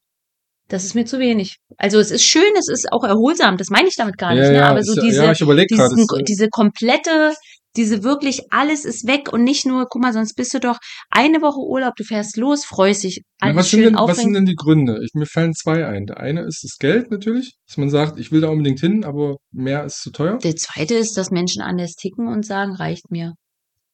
A: Das ist mir zu wenig. Also es ist schön, es ist auch erholsam, das meine ich damit gar nicht.
B: ja,
A: ne?
B: ja,
A: aber so
B: ist,
A: diese,
B: ja, ich überlege gerade.
A: diesen,
B: es-
A: diese komplette, diese wirklich alles ist weg und nicht nur, guck mal, sonst bist du doch eine Woche Urlaub, du fährst los, freust dich,
B: Na,
A: alles
B: äh, was, sind
A: schön
B: denn, was sind
A: aufregend.
B: denn die Gründe? Ich, mir fallen zwei ein. Der eine ist das Geld natürlich, dass man sagt, ich will da unbedingt hin, aber mehr ist zu teuer.
A: Der zweite ist, dass Menschen anders ticken und sagen, reicht mir.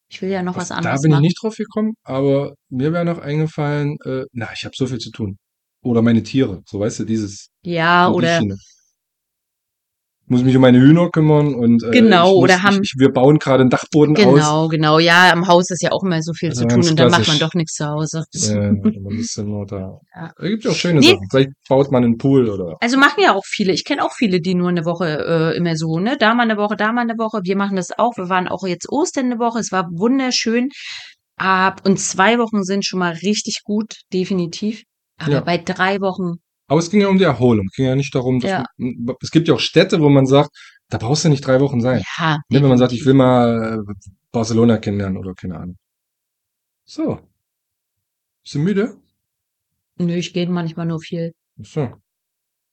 A: Ich will ja noch was
B: da
A: anderes
B: bin ich
A: machen.
B: nicht drauf gekommen, aber mir wäre noch eingefallen, äh, na, ich habe so viel zu tun. Oder meine Tiere, so weißt du, dieses.
A: ja,
B: so die
A: Ah, oder
B: Schiene. Muss mich um meine Hühner kümmern und äh,
A: Genau,
B: ich muss,
A: oder haben-
B: ich, ich, wir bauen gerade einen Dachboden aus.
A: genau, genau. Ja, am Haus ist ja auch immer so viel
B: Also
A: zu
B: ganz
A: tun und dann macht man
B: klassisch.
A: doch nichts zu Hause.
B: Äh, man ist ja nur da.
A: Ja.
B: Da gibt's ja auch schöne
A: Nee.
B: Sachen. Vielleicht baut man einen Pool oder.
A: Also machen ja auch viele. Ich kenne auch viele, die nur eine Woche äh, immer so, ne? Da mal eine Woche, da mal eine Woche. Wir machen das auch. Wir waren auch jetzt Ostern eine Woche. Es war wunderschön. Ab und zwei Wochen sind schon mal richtig gut, definitiv. Aber
B: Ja.
A: bei drei Wochen,
B: Aber es ging ja um die Erholung. Ging ja nicht darum, dass
A: Ja.
B: man, es gibt ja auch Städte, wo man sagt, da brauchst du nicht drei Wochen sein.
A: ja.
B: Ne, wenn man sagt, ich will mal äh, Barcelona kennenlernen oder keine Ahnung. So. Bist du müde?
A: Nö, ich gehe manchmal nur viel.
B: Ach So.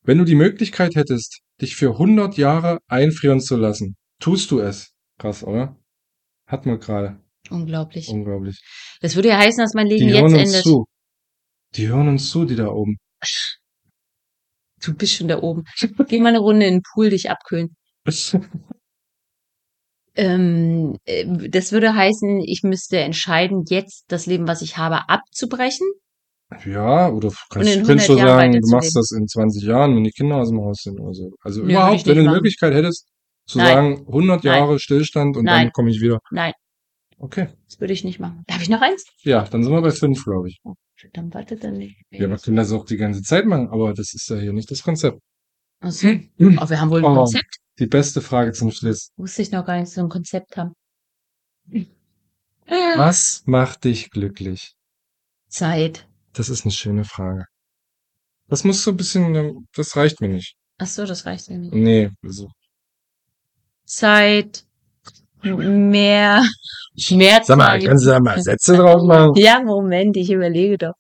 B: Wenn du die Möglichkeit hättest, dich für 100 Jahre einfrieren zu lassen, tust du es. Krass, oder? Hat man gerade.
A: Unglaublich.
B: Unglaublich.
A: Das würde ja heißen, dass mein Leben
B: Oh. Die
A: jetzt
B: hören uns
A: endet.
B: zu. Die hören uns zu, die da oben.
A: Du bist schon da oben. Geh mal eine Runde in den Pool, dich abkühlen. Ähm, äh, das würde heißen, ich müsste entscheiden, jetzt das Leben, was ich habe, abzubrechen.
B: Ja, oder
A: Und in
B: kannst, könntest du
A: 100 Jahren
B: sagen, du machst
A: weiterzuleben.
B: das in 20 Jahren, wenn die Kinder aus dem Haus sind oder so. Also
A: Nö, würde
B: überhaupt,
A: ich
B: wenn du
A: nicht
B: die
A: machen.
B: Möglichkeit hättest, zu
A: Nein.
B: sagen, 100
A: Nein.
B: Jahre Stillstand und
A: Nein.
B: dann komme ich wieder.
A: Nein,
B: Okay.
A: das würde ich nicht machen. Darf ich noch eins?
B: Ja, dann sind wir bei fünf, glaube ich.
A: Verdammt, warte dann nicht.
B: Ja, wir können das auch die ganze Zeit machen, aber das ist ja hier nicht das Konzept.
A: Also, oh, wir haben wohl ein
B: Oh.
A: Konzept.
B: Die beste Frage zum Schluss.
A: Wusste ich noch gar nicht, dass wir ein Konzept haben.
B: Was macht dich glücklich?
A: Zeit.
B: Das ist eine schöne Frage. Das muss so ein bisschen, ähm, das reicht mir nicht.
A: Ach so, das reicht mir nicht.
B: Nee, also.
A: Zeit. Mehr. Schmerz.
B: du da mal Sätze drauf machen?
A: Ja, Moment, ich überlege doch.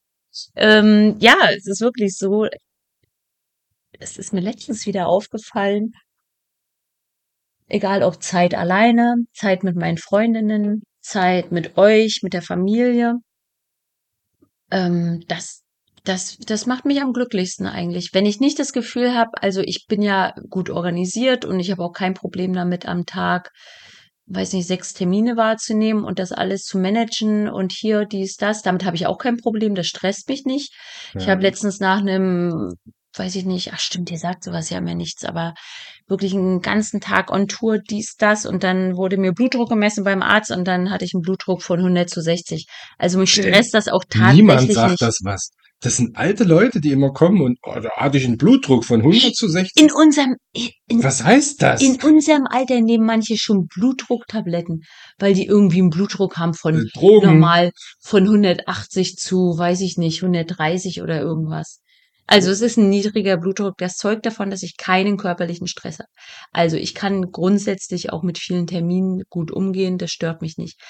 A: Ähm, ja, es ist wirklich so. Es ist mir letztens wieder aufgefallen. Egal ob Zeit alleine, Zeit mit meinen Freundinnen, Zeit mit euch, mit der Familie. Ähm, das, das, das macht mich am glücklichsten eigentlich. Wenn ich nicht das Gefühl habe, also ich bin ja gut organisiert und ich habe auch kein Problem damit am Tag weiß nicht, sechs Termine wahrzunehmen und das alles zu managen und hier, dies, das. Damit habe ich auch kein Problem, das stresst mich nicht. Ich habe letztens nach einem, weiß ich nicht, ach stimmt, ihr sagt sowas ja mir nichts, aber wirklich einen ganzen Tag on Tour, dies, das und dann wurde mir Blutdruck gemessen beim Arzt und dann hatte ich einen Blutdruck von 100 zu 60. Also mich
B: Äh,
A: stresst das auch tatsächlich
B: Niemand sagt
A: nicht.
B: das was. Das sind alte Leute, die immer kommen und, oh, da hatte ich einen Blutdruck von 100 zu 60.
A: In unserem, in, in,
B: Was heißt das? Äh,
A: in unserem Alter nehmen manche schon Blutdrucktabletten, weil die irgendwie einen Blutdruck haben von
B: Äh, Drogen.
A: normal von 180 zu, weiß ich nicht, 130 oder irgendwas. Also es ist ein niedriger Blutdruck. Das zeugt davon, dass ich keinen körperlichen Stress habe. Also ich kann grundsätzlich auch mit vielen Terminen gut umgehen. Das stört mich nicht.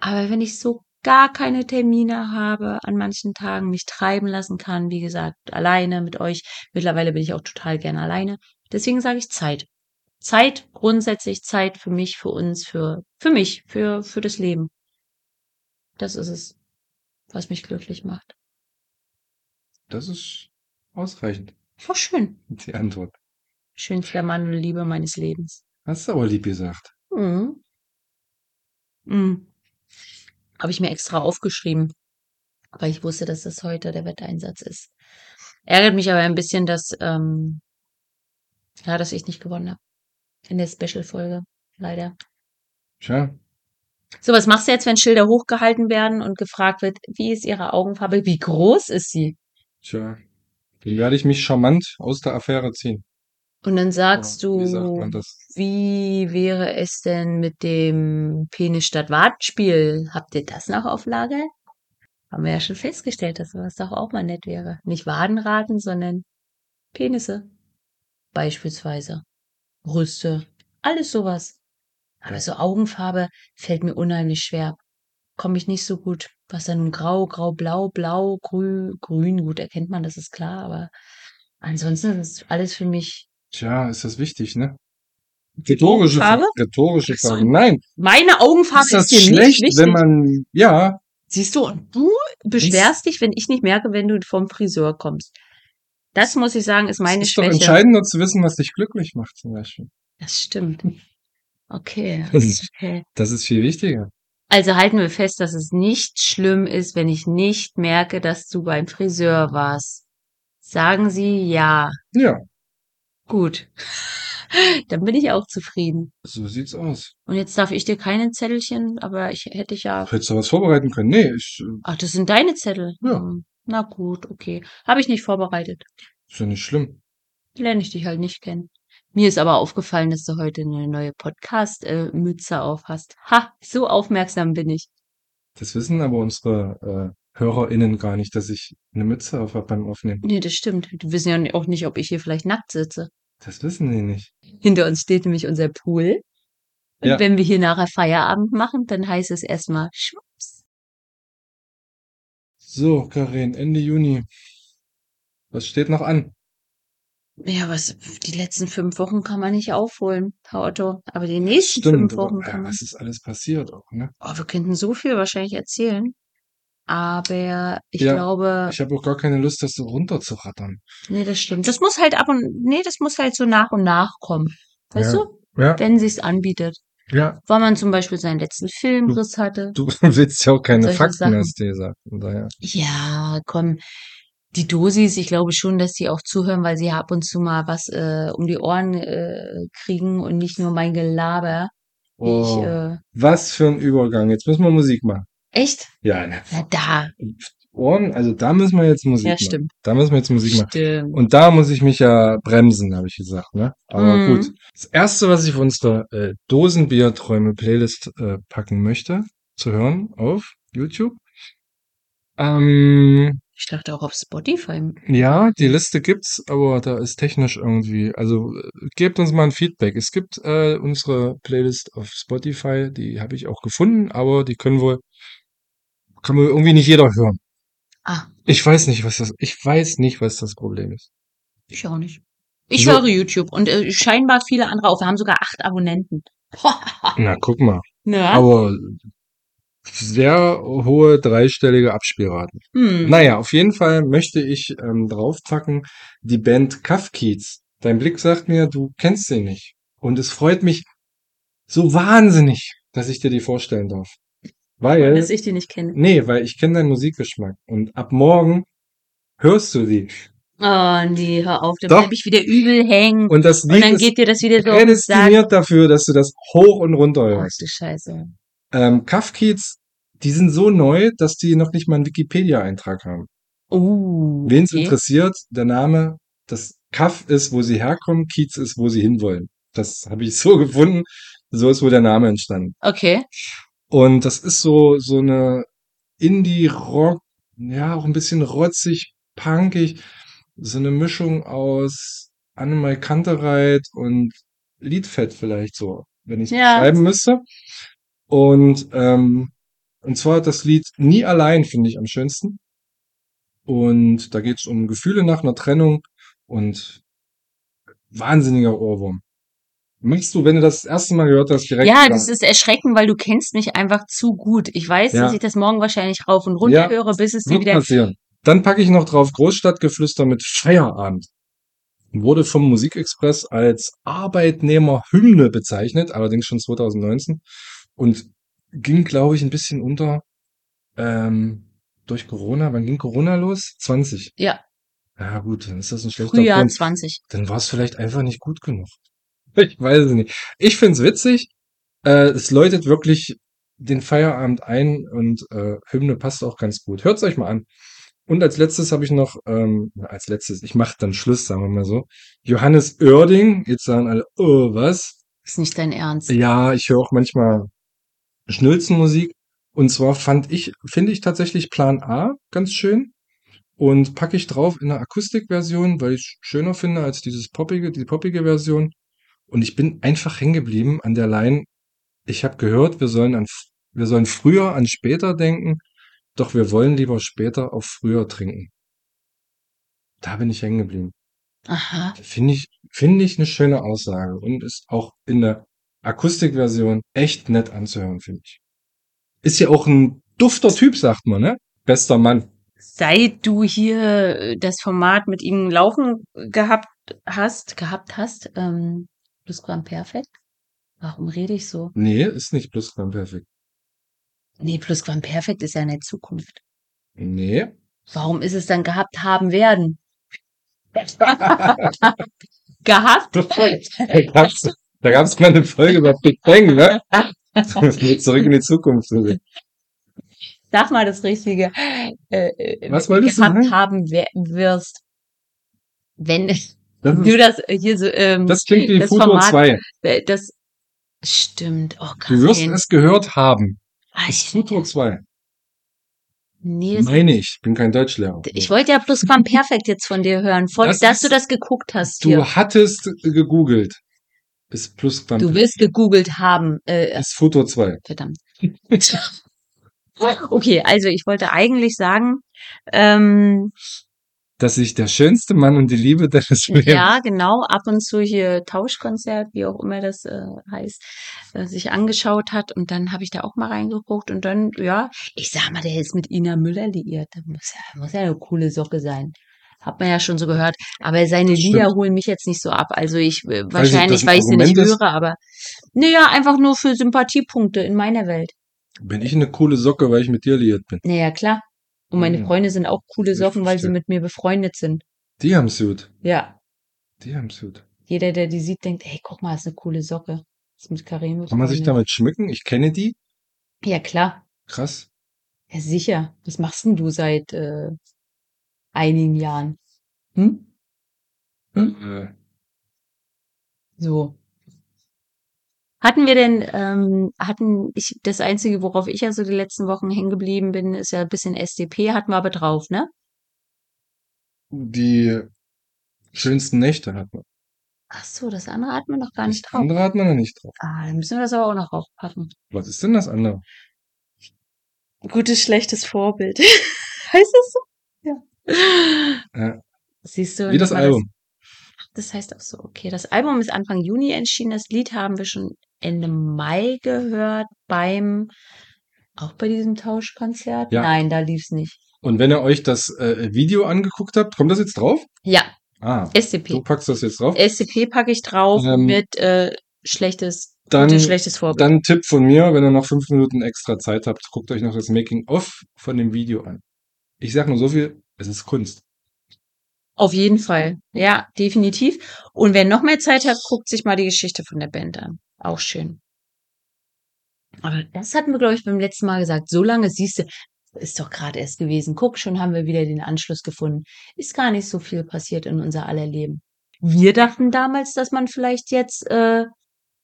A: Aber wenn ich so gar keine Termine habe, an manchen Tagen mich treiben lassen kann, wie gesagt, alleine mit euch. Mittlerweile bin ich auch total gerne alleine. Deswegen sage ich Zeit. Zeit, grundsätzlich Zeit für mich, für uns, für, für mich, für, für das Leben. Das ist es, was mich glücklich macht.
B: Das ist ausreichend,
A: Oh, schön.
B: die Antwort.
A: Schönster Mann und Liebe meines Lebens.
B: Hast du aber lieb gesagt.
A: Mhm. Mhm. Habe ich mir extra aufgeschrieben, weil ich wusste, dass das heute der Wetteinsatz ist. Ärgert mich aber ein bisschen, dass, ähm, ja, dass ich nicht gewonnen habe. In der Special-Folge. Leider.
B: Tja,
A: So, was machst du jetzt, wenn Schilder hochgehalten werden und gefragt wird, wie ist ihre Augenfarbe, wie groß ist sie?
B: Tja, dann werde ich mich charmant aus der Affäre ziehen.
A: Und dann sagst du,
B: Oder Oh, Wie sagt man das?
A: wie wäre es denn mit dem Penis statt Wartspiel? Habt ihr das noch auf Lager? Haben wir ja schon festgestellt, dass sowas doch auch mal nett wäre. Nicht Wadenraten, sondern Penisse. Beispielsweise. Brüste. Alles sowas. Aber so Augenfarbe fällt mir unheimlich schwer. Komme ich nicht so gut. Was dann grau, grau, blau, blau, grün, grün. Gut, erkennt man, das ist klar, aber ansonsten ist alles für mich
B: Tja, ist das wichtig, ne? Rhetorische
A: Farbe?
B: Frage. Rhetorische
A: Ach so.
B: Frage. Nein,
A: Meine Augenfarbe
B: ist das
A: dir
B: schlecht,
A: nicht
B: wenn man, ja,
A: Siehst du, und du beschwerst dich, wenn ich nicht merke, wenn du vom Friseur kommst. Das muss ich sagen, ist meine
B: es ist doch
A: Schwäche.
B: entscheidender zu wissen, was dich glücklich macht, zum Beispiel.
A: Das stimmt. Okay.
B: Das ist,
A: okay.
B: das ist viel wichtiger.
A: Also halten wir fest, dass es nicht schlimm ist, wenn ich nicht merke, dass du beim Friseur warst. Sagen Sie ja.
B: Ja,
A: Gut. Dann bin ich auch zufrieden.
B: so sieht's aus.
A: Und jetzt darf ich dir keine Zettelchen, aber ich hätte ich ja.
B: Hättest du was vorbereiten können? Nee, ich, äh,
A: Ach, das sind deine Zettel.
B: Ja.
A: Hm, Na gut, okay. Habe ich nicht vorbereitet.
B: ist ja nicht schlimm.
A: lerne ich dich halt nicht kennen. Mir ist aber aufgefallen, dass du heute eine neue Podcast-Mütze auf hast. Ha, so aufmerksam bin ich.
B: Das wissen aber unsere äh, HörerInnen gar nicht, dass ich eine Mütze auf habe beim Aufnehmen.
A: Nee, das stimmt. Die wissen ja auch nicht, ob ich hier vielleicht nackt sitze.
B: Das wissen die nicht.
A: Hinter uns steht nämlich unser Pool. Und
B: Ja.
A: wenn wir hier nachher Feierabend machen, dann heißt es erstmal schwupps.
B: So, Karin, Ende Juni. Was steht noch an?
A: Ja, was, die letzten fünf Wochen kann man nicht aufholen, Herr Otto. Aber die nächsten fünf
B: aber,
A: Wochen
B: ja,
A: kann man.
B: was ist alles passiert auch, ne?
A: Oh, wir könnten so viel wahrscheinlich erzählen. Aber ich
B: Ja,
A: glaube,
B: Ich habe auch gar keine Lust, das so runterzurattern.
A: Nee, das stimmt. Das muss halt ab und nee, das muss halt so nach und nach kommen. Weißt
B: Ja.
A: du?
B: Ja,
A: Wenn sich's anbietet.
B: ja.
A: Weil man zum Beispiel seinen letzten Filmriss
B: Hm.
A: hatte.
B: Du willst ja auch keine
A: Solche
B: Fakten
A: Sachen.
B: aus dir sagen. Von daher.
A: Ja, komm. Die Dosis, ich glaube schon, dass die auch zuhören, weil sie ja ab und zu mal was äh, um die Ohren äh, kriegen und nicht nur mein Gelaber. wie
B: Oh,
A: Ich, äh,
B: was für ein Übergang. Jetzt müssen wir Musik machen.
A: echt?
B: Ja, ne.
A: Na da.
B: Ohren, also da müssen wir jetzt Musik
A: Ja,
B: machen.
A: stimmt.
B: Da müssen wir jetzt Musik machen.
A: Stimmt.
B: Und da muss ich mich ja bremsen, habe ich gesagt. Ne? Aber
A: Mhm.
B: gut. Das erste, was ich auf unsere äh, Dosenbierträume-Playlist äh, packen möchte, zu hören auf YouTube. Ähm,
A: Ich dachte auch auf Spotify.
B: ja, die Liste gibt's, aber da ist technisch irgendwie. Also äh, gebt uns mal ein Feedback. Es gibt äh, unsere Playlist auf Spotify, die habe ich auch gefunden, aber die können wohl kann wohl irgendwie nicht jeder hören.
A: Ah,
B: Ich weiß nicht, was das. Ich weiß nicht, was das Problem ist.
A: ich auch nicht. Ich
B: So.
A: höre YouTube und äh, scheinbar viele andere auch. Wir haben sogar acht Abonnenten. Ne?
B: Na, guck mal.
A: Na?
B: Aber sehr hohe dreistellige Abspielraten.
A: Hm.
B: Naja, auf jeden Fall möchte ich ähm, draufpacken die Band Kafkiez. Dein Blick sagt mir, du kennst sie nicht. Und es freut mich so wahnsinnig, dass ich dir die vorstellen darf. Weil,
A: Dass ich die nicht kenne.
B: nee, weil ich kenne deinen Musikgeschmack. Und ab morgen hörst du die.
A: Oh nee, hör auf, dann
B: Doch.
A: bleib ich wieder übel hängen. Und,
B: Und das Lied
A: dann
B: ist
A: geht dir das wieder so auf den Sack.
B: prädestiniert dafür, dass du das hoch und runter
A: Ach
B: hörst.
A: du Scheiße.
B: Ähm, Kafkiez, die sind so neu, dass die noch nicht mal einen Wikipedia-Eintrag haben.
A: Oh.
B: Wen es interessiert, der Name, das Kaff ist, wo sie herkommen, Kiez ist, wo sie hinwollen. Das habe ich so gefunden. So ist wohl der Name entstanden.
A: Okay.
B: Und das ist so, so eine Indie-Rock, ja, auch ein bisschen rotzig, punkig. So eine Mischung aus Animal Kantereit und Liedfett vielleicht so, wenn ich es
A: Ja.
B: beschreiben müsste. Und, ähm, und zwar das Lied Nie allein finde ich am schönsten. Und da geht es um Gefühle nach einer Trennung und wahnsinniger Ohrwurm. Machst du, wenn du das, das erste Mal gehört hast, direkt
A: Ja,
B: sagen?
A: das ist erschreckend, weil du kennst mich einfach zu gut. Ich weiß,
B: Ja.
A: dass ich das morgen wahrscheinlich rauf und runter
B: Ja.
A: höre, bis es dir
B: Wird
A: wieder.
B: passieren. Dann packe ich noch drauf Großstadtgeflüster mit Feierabend. Wurde vom Musikexpress als Arbeitnehmerhymne bezeichnet, allerdings schon 2019 und ging, glaube ich, ein bisschen unter ähm, durch Corona. Wann ging Corona los? 20.
A: Ja.
B: Ja gut, dann ist das ein schlechter
A: Frühjahr
B: Grund.
A: 20.
B: Dann war es vielleicht einfach nicht gut genug. Ich weiß es nicht. Ich find's witzig. Äh, es läutet wirklich den Feierabend ein und äh, Hymne passt auch ganz gut. Hört's euch mal an. Und als letztes habe ich noch, ähm, na, als letztes, ich mache dann Schluss, sagen wir mal so. Johannes Oerding, jetzt sagen alle, oh, was?
A: Ist nicht dein Ernst.
B: Ja, ich höre auch manchmal Schnulzenmusik. Und zwar fand ich, finde ich tatsächlich Plan A ganz schön. Und packe ich drauf in der Akustikversion, weil ich schöner finde als dieses poppige, die poppige Version. Und ich bin einfach hängen geblieben an der Line. Ich habe gehört, wir sollen an, wir sollen früher an später denken, doch wir wollen lieber später auf früher trinken. Da bin ich hängen geblieben.
A: Aha.
B: Finde ich, finde ich eine schöne Aussage und ist auch in der Akustikversion echt nett anzuhören, finde ich. Ist ja auch ein dufter Typ, sagt man, ne? Bester Mann.
A: Seit du hier äh, das Format mit ihm laufen gehabt hast, gehabt hast, ähm, Plusquamperfekt? Warum rede ich so?
B: Nee, ist nicht plusquamperfekt.
A: Nee, Plusquamperfekt ist ja eine Zukunft.
B: Nee.
A: Warum ist es dann gehabt haben werden? gehabt?
B: Da gab's, da gab's mal eine Folge über Big Bang, ne? Zurück in die Zukunft.
A: Sag mal das Richtige. Äh,
B: Was
A: wenn
B: wolltest du
A: gehabt
B: sagen?
A: haben wer- wirst. Wenn
B: Das,
A: du
B: ist,
A: das hier so, ähm, das,
B: das klingt wie
A: das
B: Futur
A: Format-
B: 2.
A: das stimmt. Oh,
B: Du wirst
A: Karin.
B: es gehört haben.
A: Ah,
B: Das ist
A: ich,
B: Futur 2.
A: nee, das
B: Meine ich. Bin kein Deutschlehrer.
A: Ich wollte ja Plusquamperfekt jetzt von dir hören, vor,
B: Das
A: dass
B: ist-
A: du das geguckt hast
B: Du
A: hier.
B: hattest gegoogelt. Ist
A: Du,
B: plusquamperfekt.
A: willst gegoogelt haben. Äh,
B: Ist Futur 2.
A: verdammt. okay, also ich wollte eigentlich sagen, ähm,
B: Dass ich der schönste Mann und die Liebe deines Lebens.
A: ja, genau, ab und zu hier Tauschkonzert, wie auch immer das äh, heißt, äh, sich angeschaut hat und dann habe ich da auch mal reingeguckt und dann, ja, ich sag mal, der ist mit Ina Müller liiert. Das muss ja, muss ja eine coole Socke sein. Hat man ja schon so gehört. Aber seine
B: Stimmt.
A: Lieder holen mich jetzt nicht so ab. Also ich äh,
B: Weiß ich,
A: wahrscheinlich,
B: dass ein
A: weil ich sie nicht
B: Argument ist?
A: höre, aber naja, einfach nur für Sympathiepunkte in meiner Welt.
B: Bin ich eine coole Socke, weil ich mit dir liiert bin.
A: Naja, klar. Und meine
B: Mhm.
A: Freunde sind auch coole
B: Ich
A: Socken, weil sie
B: verstehe.
A: mit mir befreundet sind.
B: Die haben's gut.
A: Ja.
B: Die haben's gut.
A: Jeder, der die sieht, denkt, hey, guck mal, ist eine coole Socke. Ist mit Karim
B: Kann man sich
A: befreundet.
B: damit schmücken? Ich kenne die.
A: Ja, klar.
B: Krass.
A: Ja, sicher. Was machst denn du seit äh, einigen Jahren? Hm?
B: Äh,
A: So. Hatten wir denn, ähm, hatten ich das Einzige, worauf ich ja so die letzten Wochen hängen geblieben bin, ist ja ein bisschen SDP, hatten wir aber drauf, ne?
B: die schönsten Nächte hat man.
A: Ach so, das andere hatten wir noch gar
B: Das
A: nicht drauf.
B: andere hat man noch nicht drauf.
A: Ah, dann müssen wir das aber auch noch draufpacken.
B: Was ist denn das andere?
A: Gutes, schlechtes Vorbild. heißt das so? Ja.
B: Ja.
A: Siehst du?
B: Äh. Wie das
A: nochmal
B: Album.
A: Das, das heißt auch so, okay. Das Album ist Anfang Juni entschieden. Das Lied haben wir schon Ende Mai gehört beim, auch bei diesem Tauschkonzert.
B: Ja.
A: Nein, da lief's nicht.
B: Und wenn ihr euch das äh, Video angeguckt habt, kommt das jetzt drauf?
A: Ja,
B: Ah,
A: SCP.
B: du packst das jetzt drauf.
A: SCP packe ich drauf
B: Ähm,
A: mit äh, schlechtes,
B: dann-
A: gutes, schlechtes Vorbild.
B: Dann Tipp von mir, wenn ihr noch fünf Minuten extra Zeit habt, guckt euch noch das Making-of von dem Video an. Ich sag nur so viel, es ist Kunst.
A: Auf jeden Fall. Ja, definitiv. Und wer noch mehr Zeit hat, guckt sich mal die Geschichte von der Band an. Auch schön. Aber das hatten wir, glaube ich, beim letzten Mal gesagt. So lange siehst du, ist doch gerade erst gewesen. Guck, schon haben wir wieder den Anschluss gefunden. Ist gar nicht so viel passiert in unser aller Leben. Wir dachten damals, dass man vielleicht jetzt äh,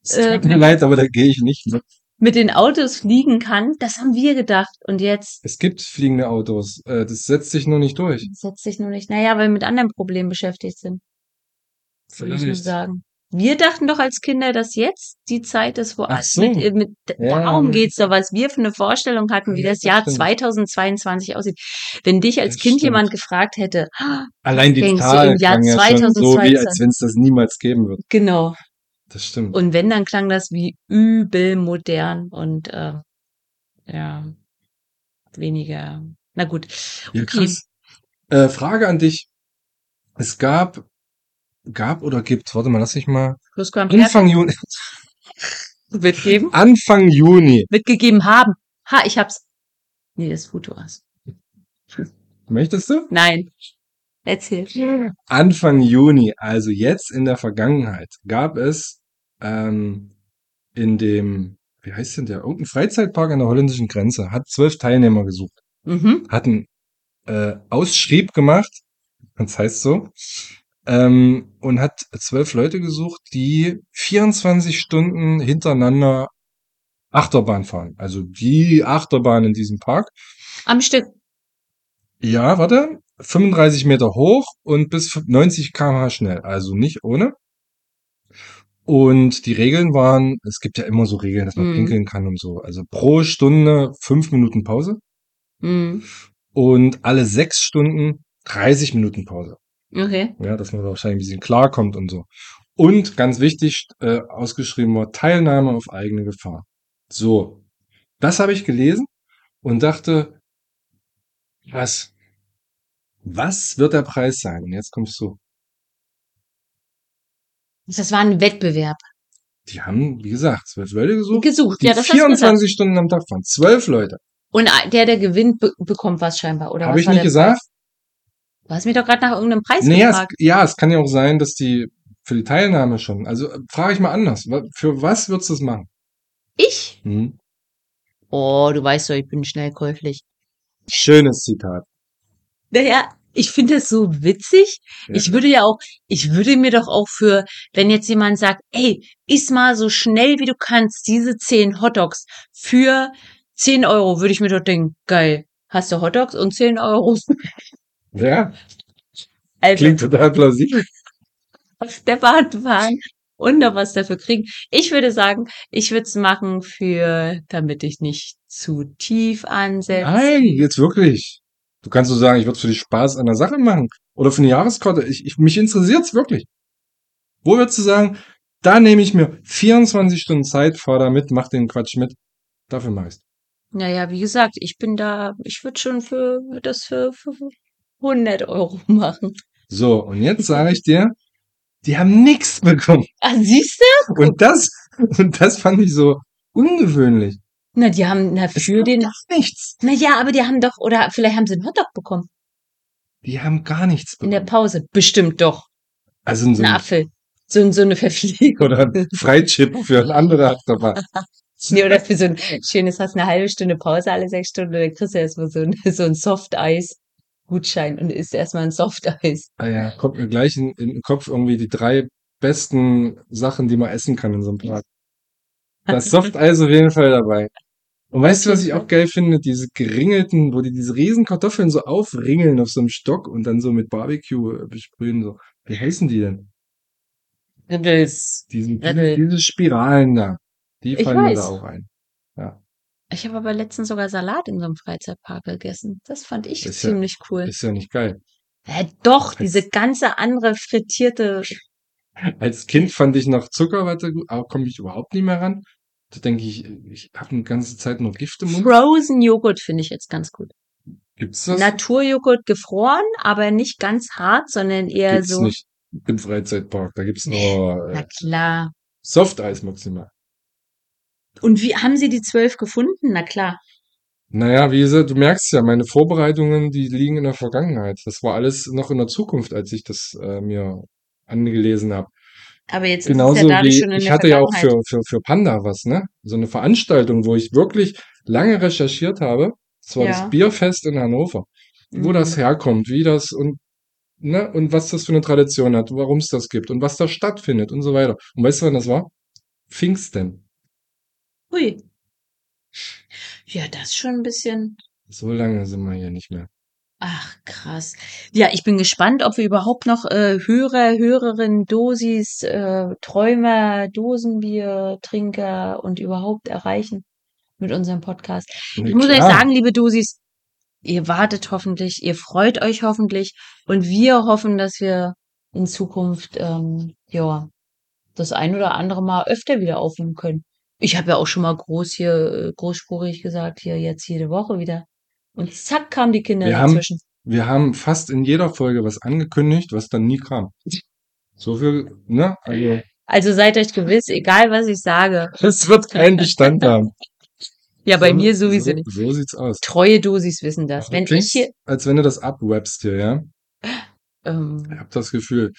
B: Es
A: Äh,
B: tut mir leid, aber da gehe ich nicht. mit.
A: mit den Autos fliegen kann. Das haben wir gedacht. Und jetzt
B: Es gibt fliegende Autos. Äh, das setzt sich nur nicht durch.
A: setzt sich nur nicht. Naja, weil wir mit anderen Problemen beschäftigt sind. würde ich nur
B: Vielleicht.
A: sagen. Wir dachten doch als Kinder, dass jetzt die Zeit ist, wo
B: Ach so.
A: mit, äh, mit, d-
B: Ja.
A: darum geht's doch, was wir für eine Vorstellung hatten, wie
B: Ja,
A: das
B: das
A: Jahr
B: stimmt.
A: 2022 aussieht. Wenn dich als
B: Das
A: Kind
B: stimmt.
A: jemand gefragt hätte, ah,
B: Allein die
A: Denkst du,
B: Zahl
A: im Jahr
B: klang ja schon so, wie
A: 2022?
B: als wenn es das niemals geben würde.
A: genau.
B: Das stimmt.
A: Und wenn, dann klang das wie übel modern und äh, ja, weniger. Na gut.
B: Ja,
A: Okay.
B: krass. Äh, Frage an dich. Es gab, gab oder gibt, warte mal, lass ich mal.
A: Plus kann
B: Anfang Juni,
A: mitgeben.
B: Anfang Juni
A: Mitgegeben haben. Ha, ich hab's. Nee, das Foto ist.
B: Möchtest du?
A: Nein. Erzähl.
B: Anfang Juni, also jetzt in der Vergangenheit, gab es ähm, in dem wie heißt denn der? Irgendein Freizeitpark an der holländischen Grenze, hat zwölf Teilnehmer gesucht,
A: Mhm.
B: hat einen äh, Ausschrieb gemacht, das heißt so, ähm, und hat zwölf Leute gesucht, die 24 Stunden hintereinander Achterbahn fahren. Also die Achterbahn in diesem Park.
A: Am Stück.
B: Ja, warte, 35 Meter hoch und bis 90 km/h schnell, also nicht ohne. Und die Regeln waren, es gibt ja immer so Regeln, dass man
A: Mhm.
B: pinkeln kann und so. Also pro Stunde fünf Minuten Pause
A: Mhm.
B: und alle sechs Stunden 30 Minuten Pause.
A: Okay.
B: Ja, dass man wahrscheinlich ein bisschen klarkommt und so. Und ganz wichtig, äh, ausgeschrieben war Teilnahme auf eigene Gefahr. So, das habe ich gelesen und dachte, was? Was wird der Preis sein? Und jetzt kommst du.
A: Also Das war ein Wettbewerb.
B: Die haben, wie gesagt, zwölf Leute gesucht,
A: Gesucht.
B: die
A: Ja, das hast du gesagt.
B: 24 Stunden am Tag fahren. Zwölf Leute.
A: Und äh, der, der gewinnt, be bekommt was scheinbar, oder?
B: Habe
A: was
B: ich
A: war
B: nicht
A: der-
B: gesagt?
A: Du hast mich doch gerade nach irgendeinem Preis
B: Naja, es,
A: gefragt.
B: ja, es kann ja auch sein, dass die für die Teilnahme schon. Also äh, frage ich mal anders. Wa- Für was würdest du es machen?
A: Ich?
B: Hm?
A: Oh, du weißt doch, ich bin schnellkäuflich.
B: Schönes Zitat.
A: Naja, ich finde das so witzig.
B: Ja.
A: Ich würde ja auch, ich würde mir doch auch für, wenn jetzt jemand sagt, ey, iss mal so schnell wie du kannst diese 10 Hotdogs für 10 Euro, würde ich mir doch denken, geil, hast du Hotdogs und 10 Euro.
B: Ja,
A: Also,
B: klingt total plausibel.
A: auf der Bahn fahren und noch was dafür kriegen. Ich würde sagen, ich würde es machen für, damit ich nicht zu tief ansetze.
B: Nein, jetzt wirklich. Du kannst so sagen, ich würde es für dich Spaß an der Sache machen. Oder für eine Jahreskarte. Ich, ich, mich interessiert's wirklich. Wo würdest du sagen, da nehme ich mir 24 Stunden Zeit, fahr da mit, mach den Quatsch mit. Dafür mach ich's.
A: Naja, wie gesagt, ich bin da, ich würde schon für das für, für 100 Euro machen.
B: So, und jetzt sage ich dir, die haben nichts bekommen.
A: Ah, siehst du?
B: Und das, und das fand ich so ungewöhnlich.
A: Na, die haben, na, für den,
B: Gar nichts.
A: naja, aber die haben doch, oder vielleicht haben sie einen Hotdog bekommen.
B: Die haben gar nichts
A: In der
B: bekommen.
A: Pause. Bestimmt doch.
B: Also in so
A: Ein
B: einem,
A: Apfel. So, so eine Verpflegung.
B: oder ein Freichip für einen anderen hat dabei.
A: Nee, oder für so ein schönes, hast eine halbe Stunde Pause alle sechs Stunden, dann kriegst du erstmal so ein, so ein Soft-Eis-Gutschein und isst erstmal ein Soft-Eis.
B: Ah ja, kommt mir gleich in, in den Kopf irgendwie die drei besten Sachen, die man essen kann in so einem Park. Das Softeis auf jeden Fall dabei. Und weißt du, was ich auch geil finde? Diese geringelten, wo die diese riesen Kartoffeln so aufringeln auf so einem Stock und dann so mit Barbecue äh, besprühen. So. Wie heißen die denn?
A: Riddles.
B: Diesen,
A: Riddle.
B: diese, diese Spiralen da. Die
A: Ich
B: fallen mir da
A: weiß.
B: auch ein.
A: Ich habe aber letztens sogar Salat in so einem Freizeitpark gegessen. Das fand ich
B: Ist ja-
A: ziemlich cool.
B: Ist ja nicht geil.
A: Hä, doch, diese ganze andere frittierte.
B: Als Kind fand ich noch Zuckerwatte gut, aber komme ich überhaupt nicht mehr ran. Da denke ich, ich habe eine ganze Zeit nur Gift im Mund.
A: Frozen Joghurt finde ich jetzt ganz gut.
B: Gibt's das?
A: Naturjoghurt gefroren, aber nicht ganz hart, sondern eher
B: gibt's
A: so.
B: nicht im Freizeitpark. Da gibt's
A: Nee,
B: nur
A: Na
B: äh,
A: klar.
B: Softeis maximal.
A: Und wie haben sie die zwölf gefunden? Na klar.
B: Naja, wie gesagt, du merkst ja, meine Vorbereitungen, die liegen in der Vergangenheit. Das war alles noch in der Zukunft, als ich das äh, mir angelesen habe.
A: Aber jetzt ist
B: Genauso
A: es ja dadurch
B: wie
A: schon in
B: ich
A: der
B: hatte ja auch
A: Vergangenheit.
B: für, für, für Panda was, ne? So eine Veranstaltung, wo ich wirklich lange recherchiert habe. Das war
A: Ja.
B: das Bierfest in Hannover. Wo
A: Mhm.
B: das herkommt, wie das und, ne? Und was das für eine Tradition hat, warum es das gibt und was da stattfindet und so weiter. Und weißt du, wann das war? Pfingsten.
A: Hui. Ja, das ist schon ein bisschen.
B: So lange sind wir hier nicht mehr.
A: Ach, krass. Ja, ich bin gespannt, ob wir überhaupt noch äh, Hörer, Hörerinnen, Dosis, äh, Träumer, Dosenbier, Trinker und überhaupt erreichen mit unserem Podcast. Ich muss euch sagen, liebe Dosis, ihr wartet hoffentlich, ihr freut euch hoffentlich und wir hoffen, dass wir in Zukunft ähm, ja das ein oder andere Mal öfter wieder aufnehmen können. Ich habe ja auch schon mal groß hier äh, großspurig gesagt, hier jetzt jede Woche wieder. Und zack kamen die Kinder
B: Wir haben-
A: dazwischen.
B: wir haben fast in jeder Folge was angekündigt, was dann nie kam. So viel, ne? Also,
A: Also seid euch gewiss, egal was ich sage.
B: es wird keinen Bestand haben.
A: Ja, bei
B: So-
A: mir sowieso
B: so,
A: nicht.
B: So sieht's aus.
A: Treue Dosis wissen das.
B: Also,
A: Wenn ich
B: klingst,
A: hier.
B: als wenn du das abwebst hier, ja? Ich
A: Ähm,
B: hab das Gefühl.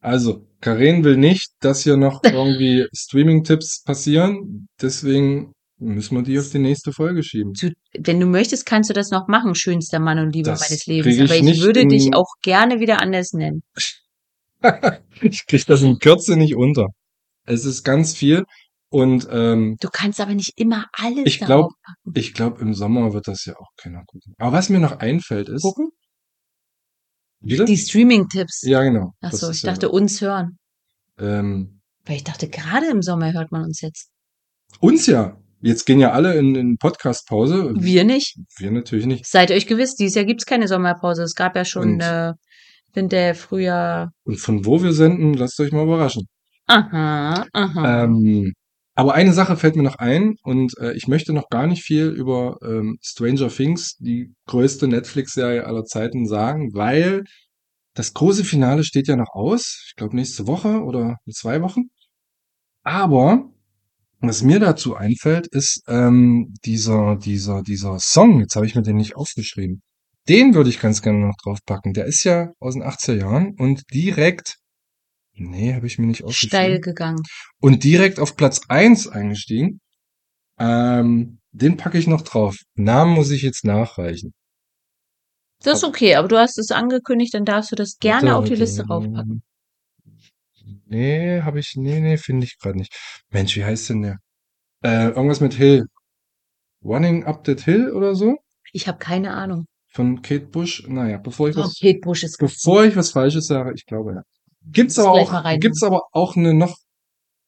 B: Also, Karen will nicht, dass hier noch irgendwie Streaming-Tipps passieren. Deswegen müssen wir die auf die nächste Folge schieben.
A: Du, wenn du möchtest, kannst du das noch machen, schönster Mann und Liebe
B: Das
A: meines Lebens.
B: krieg ich
A: Aber ich
B: nicht
A: würde
B: in-
A: dich auch gerne wieder anders nennen.
B: ich krieg das in Kürze nicht unter. Es ist ganz viel und ähm,
A: Du kannst aber nicht immer alles
B: Ich
A: da
B: glaub-
A: aufpacken.
B: ich glaube, im Sommer wird das ja auch keiner gucken. Aber was mir noch einfällt ist,
A: gucken.
B: Bitte?
A: Die Streaming-Tipps.
B: ne? ja genau.
A: Ach
B: Das
A: so,
B: ist
A: ich
B: ja-
A: dachte uns hören.
B: ähm,
A: Weil ich dachte, gerade im Sommer hört man uns jetzt.
B: uns ja. Jetzt gehen ja alle in, in Podcast-Pause.
A: Wir nicht.
B: Wir natürlich nicht.
A: Seid euch gewiss, dieses Jahr gibt's keine Sommerpause. Es gab ja schon
B: Und-
A: äh, Winter, Frühjahr.
B: Und von wo wir senden, lasst euch mal überraschen.
A: Aha, aha.
B: Ähm, aber eine Sache fällt mir noch ein und äh, ich möchte noch gar nicht viel über ähm, Stranger Things, die größte Netflix-Serie aller Zeiten, sagen, weil das große Finale steht ja noch aus. Ich glaube nächste Woche oder in zwei Wochen. Aber was mir dazu einfällt, ist ähm, dieser dieser dieser Song. Jetzt habe ich mir den nicht aufgeschrieben. Den würde ich ganz gerne noch draufpacken. Der ist ja aus den 80er Jahren und direkt. Nee, habe ich mir nicht aufgeschrieben
A: Steil gegangen.
B: und direkt auf Platz eins eingestiegen. Ähm, den packe ich noch drauf. Namen muss ich jetzt nachreichen.
A: Das ist okay, aber du hast es angekündigt, dann darfst du das gerne auf die Liste raufpacken.
B: Nee, habe ich. Nee, nee, finde ich gerade nicht. Mensch, wie heißt denn der? Äh, irgendwas mit Hill. Running Up That Hill oder so?
A: Ich habe keine Ahnung.
B: Von Kate Bush. Naja, bevor ich
A: Oh,
B: was,
A: Kate Bush ist
B: bevor ich was Falsches sage, ich glaube ja. Gibt's
A: Muss
B: aber
A: gleich mal
B: auch,
A: reinhauen.
B: gibt's aber auch eine noch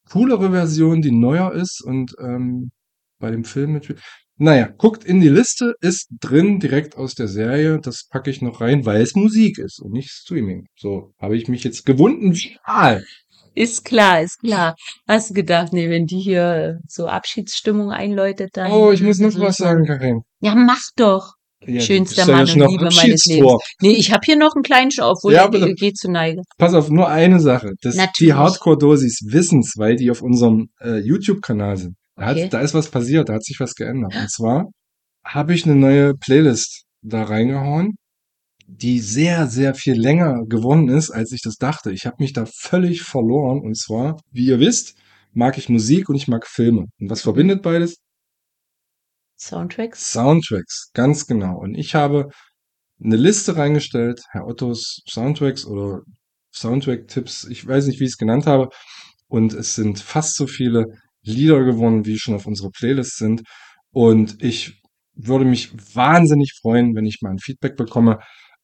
B: coolere Version, die neuer ist und ähm, bei dem Film mit. Naja, guckt in die Liste, ist drin direkt aus der Serie. Das packe ich noch rein, weil es Musik ist und nicht Streaming. So habe ich mich jetzt gewunden. wie Aal.
A: Ist klar, ist klar. Hast du gedacht, nee, wenn die hier äh, so Abschiedsstimmung einläutet, dann.
B: Oh, ich muss noch was sagen, Karin.
A: Ja, mach doch.
B: Ja,
A: Schönster
B: ich stell
A: Mann
B: jetzt
A: und
B: noch
A: Liebe meines
B: Abschiedstor.
A: Nee, ich habe hier noch einen kleinen Schau, obwohl
B: Ja,
A: ja, der
B: bitte.
A: geht zur Neige.
B: Pass auf, nur eine Sache. Das, die
A: Natürlich.
B: Hardcore-Dosis wissen's, weil die auf unserem äh, YouTube-Kanal sind. Da,
A: Okay.
B: hat, da ist was passiert, da hat sich was geändert. Und zwar habe ich eine neue Playlist da reingehauen, die sehr, sehr viel länger geworden ist, als ich das dachte. Ich habe mich da völlig verloren. Und zwar, wie ihr wisst, mag ich Musik und ich mag Filme. Und was verbindet beides?
A: Soundtracks?
B: Soundtracks, ganz genau. Und ich habe eine Liste reingestellt, Herr Ottos Soundtracks oder Soundtrack-Tipps, ich weiß nicht, wie ich es genannt habe. Und es sind fast so viele Lieder geworden, wie schon auf unserer Playlist sind. Und ich würde mich wahnsinnig freuen, wenn ich mal ein Feedback bekomme,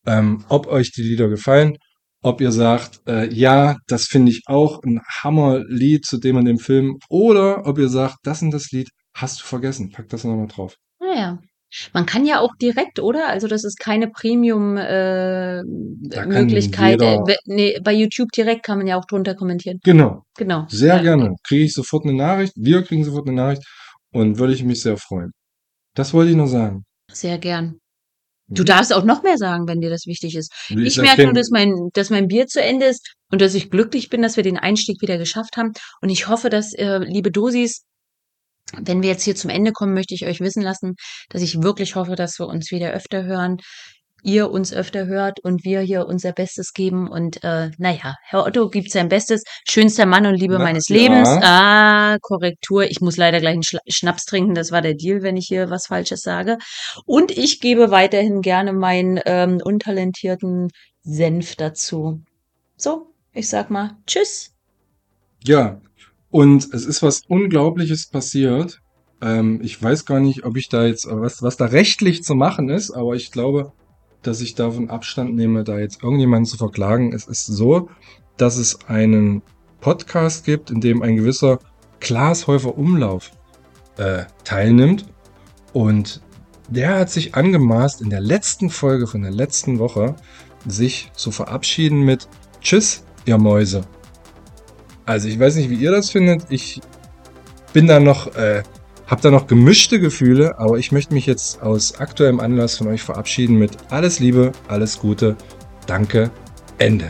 B: ähm, ob euch die Lieder gefallen, ob ihr sagt, äh, ja, das finde ich auch ein Hammerlied zu dem und dem Film, oder ob ihr sagt, das und das Lied hast du vergessen, pack das nochmal drauf.
A: Naja. Ah Man kann ja auch direkt, oder? Also das ist keine äh,
B: kann
A: Premium-Möglichkeit.
B: jeder-
A: Äh, nee, bei YouTube direkt kann man ja auch drunter kommentieren.
B: Genau,
A: Genau.
B: sehr
A: ja.
B: gerne. Kriege ich sofort eine Nachricht. Wir kriegen sofort eine Nachricht und würde ich mich sehr freuen. Das wollte ich nur sagen.
A: Sehr gern. Du darfst auch noch mehr sagen, wenn dir das wichtig ist. Ich
B: sag
A: merke nur,
B: kein-
A: dass mein, dass mein Bier zu Ende ist und dass ich glücklich bin, dass wir den Einstieg wieder geschafft haben. Und ich hoffe, dass, äh, liebe Dosis, wenn wir jetzt hier zum Ende kommen, möchte ich euch wissen lassen, dass ich wirklich hoffe, dass wir uns wieder öfter hören, ihr uns öfter hört und wir hier unser Bestes geben. Und äh, naja, Herr Otto gibt sein Bestes. Schönster Mann und Liebe
B: Na,
A: meines
B: ja.
A: Lebens. Ah, Korrektur. Ich muss leider gleich einen Schla Schnaps trinken. Das war der Deal, wenn ich hier was Falsches sage. Und ich gebe weiterhin gerne meinen ähm, untalentierten Senf dazu. So, ich sag mal Tschüss.
B: Ja, und es ist was Unglaubliches passiert. Ähm, ich weiß gar nicht, ob ich da jetzt, was, was da rechtlich zu machen ist, aber ich glaube, dass ich davon Abstand nehme, da jetzt irgendjemanden zu verklagen. Es ist so, dass es einen Podcast gibt, in dem ein gewisser Klaas Häufer Umlauf äh, teilnimmt. Und der hat sich angemaßt, in der letzten Folge von der letzten Woche sich zu verabschieden mit Tschüss, ihr Mäuse. Also ich weiß nicht, wie ihr das findet. Ich bin da noch, äh, habe da noch gemischte Gefühle, aber ich möchte mich jetzt aus aktuellem Anlass von euch verabschieden mit alles Liebe, alles Gute, danke, Ende.